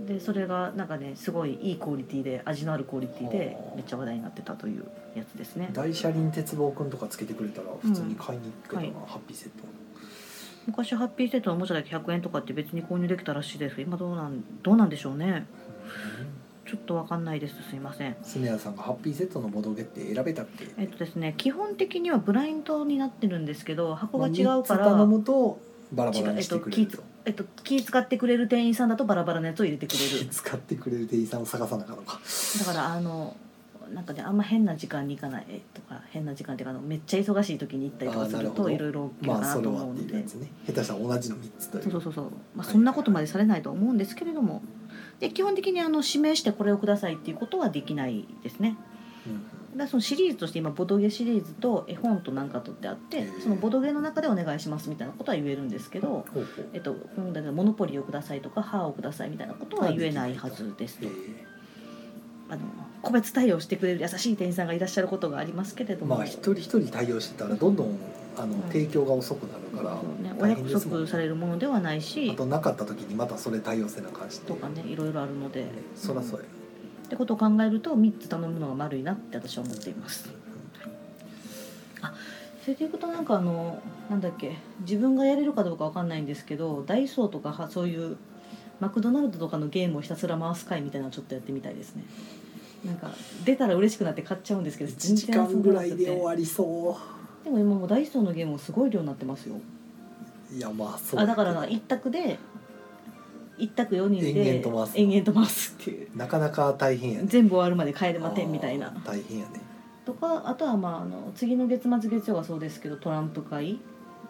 A: でそれがなんかねすごいいいクオリティで味のあるクオリティで
B: はあ
A: めっちゃ話題になってたというやつですね
B: う大車輪鉄棒くんとかつけてくれたら普通に買いに行くけどな、
A: うん
B: ハッピーセット
A: 昔ハッピーセットのおもちゃだけ100円とかって別に購入できたらしいです今どうなんどうなんでしょうねちょっとわかんないですすいません
B: スネアさんがハッピーセットのボドゲって選べたっけ
A: えっとですね基本的にはブラインドになってるんですけど箱
B: ま
A: が
B: あ
A: 違うか
B: 三つ頼
A: ら
B: むとバラバラにしてくれると
A: 違うえっと気使ってくれる店員さんだとバラバラのやつを入れてくれ
B: 気
A: る
B: 使ってくれる店員さんを探さなあかんのか
A: だからあのなんかねあんま変な時間に行かないとか変な時間っていうかあのめっちゃ忙しい時に行ったりとかする
B: あーなるほ
A: と
B: ど
A: いろいろ起きるか
B: まあ
A: な
B: それ
A: と
B: は
A: 思
B: っ
A: う
B: て
A: の
B: いう
A: で
B: やつね下手したら同じの3つという
A: そうそうそうそう、まあ、
B: はい
A: そんなことまでされないとは思うんですけれども、で基本的にあの指名してこれをくださいっていうことはできないですね
B: うん
A: だからそのシリーズとして今ボドゲシリーズと絵本と何かとってあって、
B: へえ
A: そのボドゲの中でお願いしますみたいなことは言えるんですけど、
B: ほうほう
A: えっと、今度はモノポリーをくださいとか歯をくださいみたいなことは言えないはずです
B: え
A: と、
B: ー
A: あの個別対応してくれる優しい店員さんがいらっしゃることがありますけれども、
B: まあ一人一人対応してたらどんどんあの
A: うん
B: 提供が遅くなるから
A: そうね、お
B: 大
A: 約
B: 変ですもん
A: 束されるものではないし
B: あとなかった時にまたそれ対応せなあかんし
A: とかねいろいろあるので、
B: そらそうや
A: ってことを考えると3つ頼むのが丸いなって私は思っていますそれでいくとなんかあのなんだっけ自分がやれるかどうかわかんないんですけどダイソーとかはそういうマクドナルドとかのゲームをひたすら回す会みたいなのちょっとやってみたいですねなんか出たら嬉しくなって買っちゃうんですけど
B: 1時
A: 遊
B: 間
A: ん
B: ぐ
A: なく
B: らい
A: て
B: で終わりそ
A: でも今もうダイソーのゲームもすごい量になってますよ
B: ういやまあそう
A: あだからな
B: な
A: 一択で一択4人で
B: 延々と回す
A: 延々と回すっていう
B: かなか大変やね
A: 全部終わるまで帰れませんみたいな
B: あー大変やね
A: とかあとはまああの次の月末月曜がそうですけどトランプ会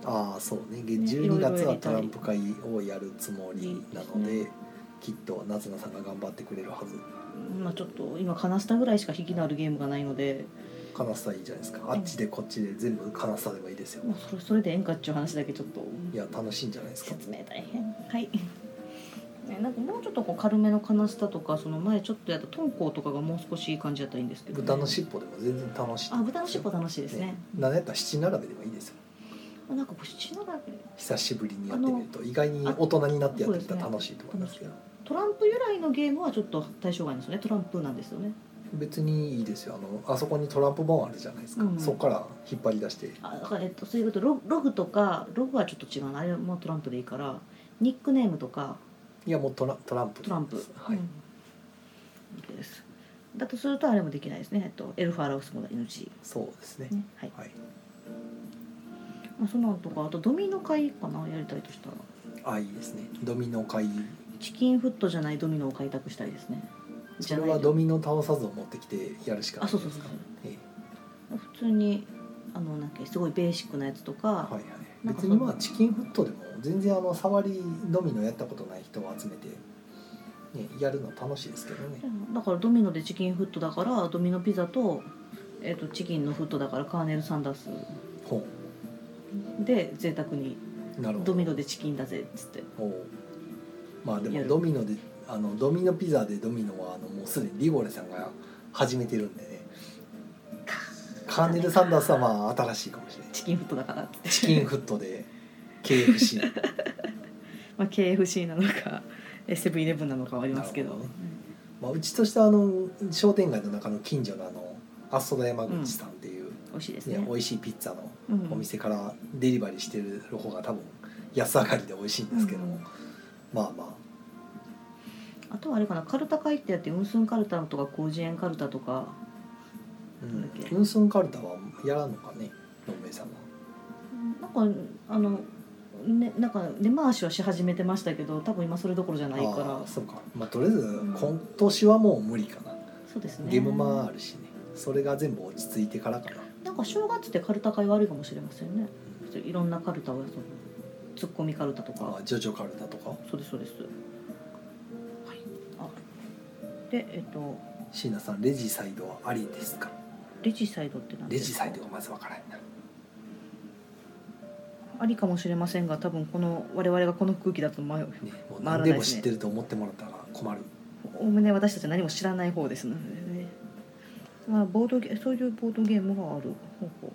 B: ああそうねげ
A: ね
B: 12月
A: いろいろや
B: は
A: りた
B: ト
A: い
B: ランプ会をやるつもりなの
A: いい
B: で
A: で
B: きっと夏菜さんが頑張ってくれるはず
A: まあちょっと今カナスタぐらいしか引きのあるゲームがないので、
B: カナスタいいじゃないですかあっちでこっちで全部カナスタでもいいですよ
A: まあ、それそれでええんかっていう話だけちょっと
B: いや楽しいんじゃないですか
A: 説明大変はい、ね、なんかもうちょっとこう軽めのカナスタとかその前ちょっとやったトンコウとかがもう少しいい感じだったらいいんですけど、
B: 豚の尻尾でも全然楽しい
A: あ豚の尻尾楽しいですね
B: 何やったら七並べでもいいですよ
A: あなんかこう七並べ
B: 久しぶりにやってみると意外に大人になってやってみたら
A: あ
B: 楽しいと思いますけど
A: トランプ由来のゲームはちょっと対象外なんですよねトランプなんですよね
B: 別にいいですよあのあそこにトランプ本あるじゃないですか、
A: うん
B: そこから引っ張り出して
A: あだからえっとそういうことロログとかログはちょっと違うなあれはもうトランプでいいからニックネームとか
B: いやもうトラトランプ
A: トランプ、
B: はい
A: うんいいですだとするとあれもできないですね、えっと、エルファラウスも NG、
B: そうですね
A: ねはい
B: はい、
A: まあ、そのとかあとドミノ会かなやりたいとしたら
B: あいいですねドミノ会
A: チキンフットじゃないドミノを開拓したいですねじ
B: そ
A: ゃ
B: れ
A: ない
B: はドミノ倒さずを持ってきてやるしかな
A: あ
B: い
A: そ
B: じ
A: うそ
B: ゃない
A: う
B: です
A: そう
B: か
A: そう
B: え
A: 普通にあのなんかすごいベーシックなやつとか、
B: えはいはい
A: なんか
B: 別
A: そう
B: にまあチキンフットでも全然あの触りドミノやったことない人を集めて、ね、やるの楽しいですけどね
A: だからドミノでチキンフットだからドミノピザと,、えー、とチキンのフットだからカーネル・サンダース
B: ほ
A: で贅沢に
B: うなるほど
A: ドミノでチキンだぜっつって
B: おうまあで
A: や
B: も
A: る
B: ドミノであのドミノピザでドミノはあのもうすでにリゴレさんが始めてるんでねカーネル・サンダースはまあ新しいかもしれない
A: チキンフットだからっつって
B: チキンフッ トで KFC
A: まあ KFC なのかえーセブンイレブンなのかはありますけど
B: なるほどまあうちとしてはあの商店街の中の近所のあのアストダ山口さんっていう、
A: 美味しいです
B: ね
A: ね
B: 美味しいピッツァの
A: うん
B: お店からデリバリーしてる方が多分安上がりで美味しいんですけども、
A: うん
B: まあま
A: あとはあれかなカルタ会ってやってウンスンカルタとか広辞苑カルタとか
B: あ、
A: なんだっけ
B: うん、ウンスンカルタはやらんのかねのんべいさんは
A: なんかあの、ね、なんか根回しはし始めてましたけど多分今それどころじゃないか
B: あー
A: ら
B: そうか、まあ、とりあえず
A: ん
B: 今年はもう無理かな、
A: そうですね
B: ゲームマあるしねそれが全部落ち着いてからかな
A: なんか正月ってカルタ会はあるかもしれませんねいろんなカルタを遊ぶツッコミカルタと
B: あ
A: か
B: ージョジョカルタとか
A: そうですそうですはいあでえっと
B: 椎名さんレジサイドはありですか
A: レジサイドって何
B: レ
A: です
B: ジサ
A: か
B: イドがまずわからへんな
A: ありかもしれませんが多分この我々がこの空気だと迷う
B: ね、もう
A: 回ら
B: 何
A: ない
B: で
A: で
B: も
A: す
B: 知
A: ね
B: ってると思ってもらったら困る、
A: おおむね私たちは何も知らない方ですのでね、まあ、ボードゲそういうボードゲームがあるほうほう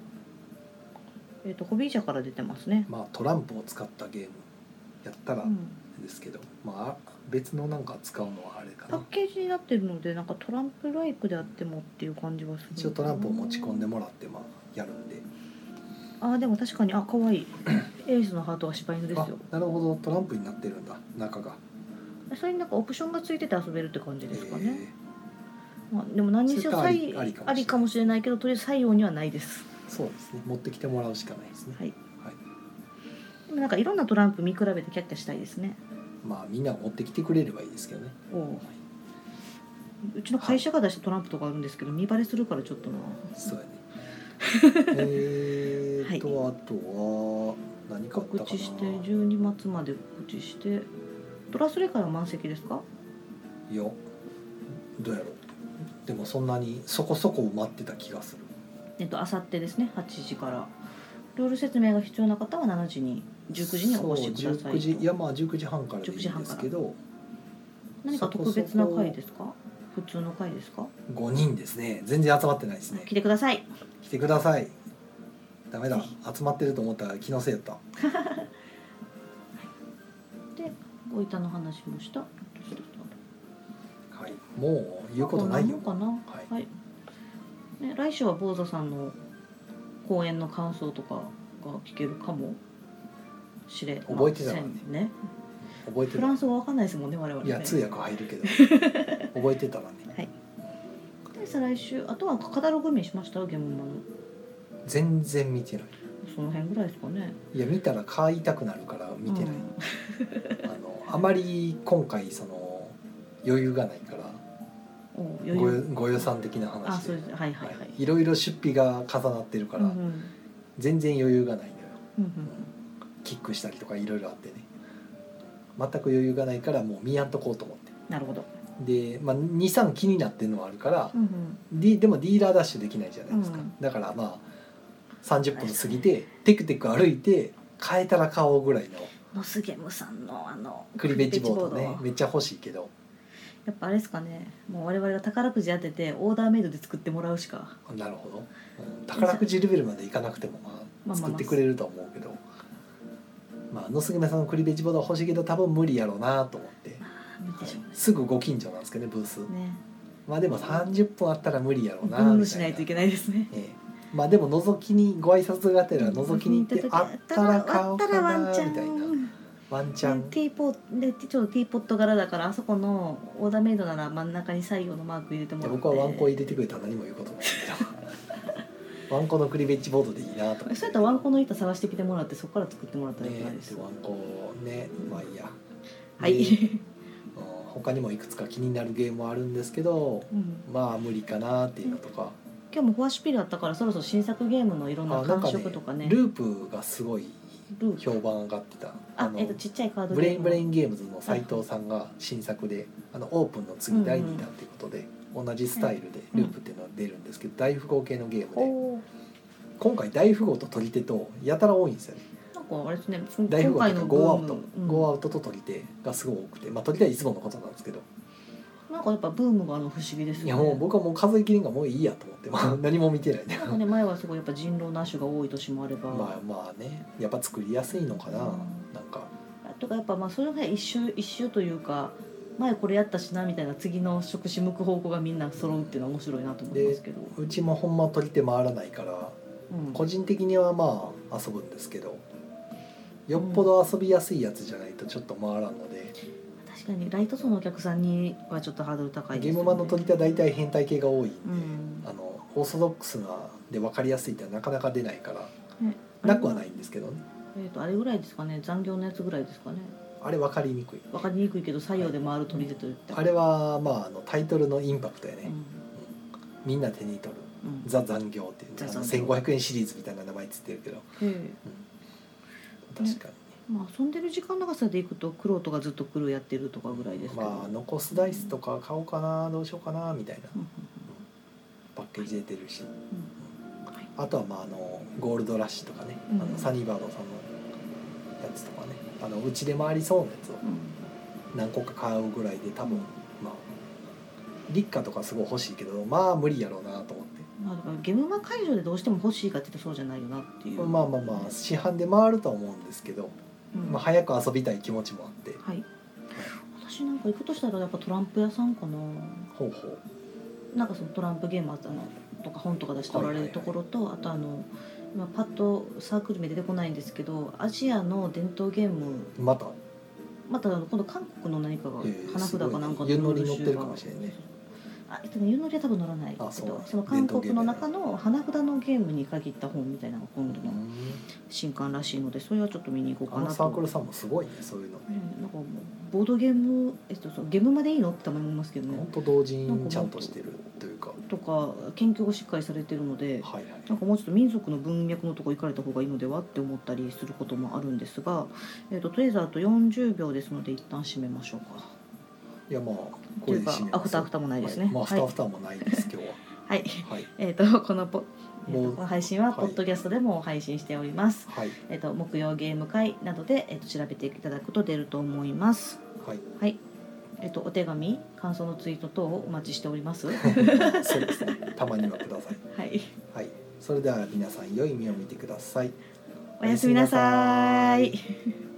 A: えっ、とホビー社から出てますね、
B: まあ、トランプを使ったゲームやったら
A: うん、
B: ですけど、まあ別のなんか使うのはあれか
A: パッ
B: な
A: ケージになってるのでなんかトランプライクであってもっていう感じはする
B: 一応トランプを持ち込んでもらってまあやるんで
A: あーでも確かにあ可愛いエースのハートは柴犬です
B: あ
A: よ
B: なるほどトランプになってるんだ中が、
A: それになんかオプションがついてて遊べるって感じですかね、
B: え
A: まあ、でも何にしろ
B: それ
A: 採
B: とあり
A: ありかもしれないけどとりあえず採用にはないです
B: ーそうですね持ってきてもらうしかないですね、
A: はい
B: はい
A: でもなんかいろんなトランプ見比べてキャッキャしたいですね
B: まあみんな持ってきてくれればいいですけどね
A: おううちの会社が出したトランプとかあるんですけど見バレするからちょっとな
B: そう やねえーっと、あとは何かあった
A: 告
B: かな
A: 知して12月まで告知してドラスレ会は満席ですか
B: いやどうやろうでもそんなにそこそこ埋まってた気がする
A: えっとあさってですね8時からルール説明が必要な方は7時に19時にお越しくだ
B: そ
A: さ
B: う
A: いと
B: 19時いやまあ19時半からでいい
A: 19時
B: ん
A: 半
B: で
A: か
B: す
A: ら
B: けど
A: 何か特別な会ですか普通の会ですか
B: 5人ですね全然集まってないですね
A: 来てください
B: 来てくださいダメだ集まってると思ったら気のせいやった
A: でご板の話もした
B: はいもう言うことないよ
A: こんなもんか
B: はい
A: な。はい。ね、来週は坊主さんの公演の感想とかが聞けるかもしれません
B: 覚えてたからね
A: ね。
B: 覚えて
A: フ
B: る
A: ランス語わかんないですもんね我々ね。
B: いや通訳入 るけど覚えてたらね
A: で再来週あとはカタログ見しましたゲームマの
B: 全然見てない
A: その辺ぐらいですかね。
B: いや見たら買いたくなるから見てない、
A: うん
B: あのあまり今回その余裕がないから
A: お余
B: ご
A: 裕
B: よご予算的な
A: あ
B: 話
A: そう
B: で
A: ですはいはいはい、
B: いろいろ出費が重なってるか
A: うん
B: ら、
A: うん
B: 全然余裕がないのよ
A: うんうん
B: キックしたりとかいろいろあってね全く余裕がないからもう見やんとこうと思って
A: なるほど、
B: で、まあ、23気になってるのはあるから、
A: うんうん、
B: ででもディーラーダッシュできないじゃないですか、
A: うん
B: だからまあ30分過ぎてテクテク歩いて変えたら買おうぐらいの
A: ノスゲムさんのあの
B: クリベッジボード
A: クリベ
B: ね
A: ッジボ
B: めっちゃ欲しいけど
A: やっぱあれですかねもう我々が宝くじ当ててオーダーメイドで作ってもらうしか
B: なるほど、うん宝くじレベルまでいかなくてもま
A: まあまあまあ
B: あ作ってくれると思うけどまあ野杉さんのクリベッジボードは欲しいけど多分無理やろうなと思って、
A: まあ見てしまう
B: はいすぐご近所なんですけどねブース
A: ね
B: まあでも30分あったら無理やろう
A: ブ
B: な
A: ーム
B: み
A: したないい
B: な
A: といけないですね
B: ええまあでも覗きにご挨拶がてら覗きに行ってあったら買おう
A: あった
B: かな
A: らワン
B: み
A: ち
B: た
A: ゃ
B: いなんワンチャ
A: で
B: ン
A: ティーポーでちょっとティーポット柄だからあそこのオーダーメイドなら真ん中に採用のマーク入れてもらって
B: 僕はワンコ入れてくれたら何も言うことない けどワンコのクリベッジボードでいいなと思って
A: そうやったらワンコの板探してきてもらってそこから作ってもらったらいいじゃない
B: ね
A: ですか、
B: ワンコねまあいいや
A: はい、
B: でうん他にもいくつか気になるゲームはあるんですけど
A: うん
B: まあ無理かなっていうのとか
A: 今日もフォアシュピルだったからそろそろ新作ゲームのいろ
B: あ
A: んな
B: なん
A: 感
B: かね
A: 触とかね
B: ループがすごい
A: ルー
B: 評判上がってた
A: あ
B: の
A: えっ、とちっちゃいカード
B: ブレインブレイ
A: ン
B: ンゲームズの斉藤さんが新作であのオープンの次第2弾ということで、同じスタイルでループっていうのが出るんですけど、大富豪系のゲームで、
A: おー
B: 今回大富豪と取り手とやたら多いんですよね
A: なんかあれですね
B: 大富
A: 今
B: 豪と
A: 回
B: か
A: のブ
B: ゴーア
A: ー
B: ウト、
A: ム、うん
B: ゴーアウトと取り手がすごく多くてまあ取り手はいつものことなんですけど、
A: なんかやっぱブームがあるの不思議ですよね
B: いやもう僕はもう数えきりがもういいやと思って、まあ、何も見てないね
A: なんかね前はすごいやっぱ人狼な種が多い年もあれば、
B: まあまあねやっぱ作りやすいのかな、
A: うん
B: なんか
A: とかやっぱまあその辺一周一周というか前これやったしなみたいな次の職種向く方向がみんな揃うっていうのは面白いなと思いますけど、
B: うちもほんま取り手回らないから
A: うん、
B: 個人的にはまあ遊ぶんですけどよっぽど遊びやすいやつじゃないとちょっと回らんので、
A: 確かにライト層のお客さんにはちょっとハードル高い
B: ゲームマンの取り手は大体変態系が多いんで、
A: うん
B: あのオーソドックスなで分かりやすいってなかなか出ないから、
A: ね
B: なくはないんですけどね
A: えー、とあれぐらいですかね残業のやつぐらいですかね
B: あれ分かりにくい
A: 分かりにくいけど作業で回る取り手といった
B: あれはまああのタイトルのインパクトやね、
A: うん
B: みんな手に取る
A: うん
B: 「ザ残業」っていう
A: ザ
B: あの
A: 残業
B: 1500円シリーズみたいな名前つってるけど
A: え
B: 確かに、
A: えまあ遊んでる時間長さでいくとクロートがずっとクルーやってるとかぐらいですけど、
B: まあ残すダイスとか買おうかなどうしようかなみたいな
A: うん
B: パッケージ出てるし、
A: うんはい
B: あとはまああのゴールドラッシュとかね、
A: うん
B: あのサニーバードさんのやつとかねあのうちで回りそうなやつを何個か買うぐらいで多分、まあ立夏とかすごい欲しいけどまあ無理やろうなと思って、
A: うんまあ、だからゲームマ会場でどうしても欲しいかって言ったらそうじゃないよなっていう
B: まあまあまあ市販で回るとは思うんですけど、
A: うん
B: まあ、早く遊びたい気持ちもあって
A: はい私なんか行くとしたらやっぱトランプ屋さんかな
B: ほうほう
A: なんかそのトランプゲームあったのとか本とか出しておられるところと、あとあの今パッとサークル名出てこないんですけどアジアの伝統ゲーム
B: また
A: またあの今度韓国の何かが
B: えー
A: 花札かなんか
B: すご
A: の
B: いね湯乗り乗ってるかもしれないね
A: あえっとね湯乗りは多分乗らない
B: あ
A: け
B: そう
A: どその韓国の中の花札のゲームに限った本みたいなのが今度
B: う
A: の
B: ん
A: 新刊らしいのでそれはちょっと見に行こう
B: あ
A: か
B: の
A: なと
B: サークルさんもすごいねそういうの
A: うんなんかもうボードゲーム、えっと、そのゲームまでいいのって思いますけど
B: 本
A: ね
B: 当同人ちゃんとしてるというか
A: とか研究がしっかりされてるので
B: はいはい
A: なんかもうちょっと民族の文脈のとこ行かれた方がいいのではって思ったりすることもあるんですが、えっととりあえずあと40秒ですので一旦締めましょうか。
B: いやまあ
A: と
B: こ
A: い
B: れ
A: う
B: で
A: か
B: 締め
A: ア
B: ま
A: フ
B: す
A: ターアフターもないですね。
B: はいまあアフターア
A: は
B: フターもないです今日は
A: い はい
B: はい
A: えっ、とこのポ、え
B: も
A: ー、
B: う
A: と配信ははいポッドキャストでも配信しております。
B: はい
A: えっ、と木曜ゲーム会などでえっ、と調べていただくと出ると思います。
B: はい
A: はい。えっ、とお手紙、感想のツイート等をお待ちしており ます。は
B: そうですねたまにはください
A: い。
B: はいそれでは皆さん良い目を見てください
A: おやすみなさ
B: おやすみなさ
A: ー
B: ー
A: い
B: い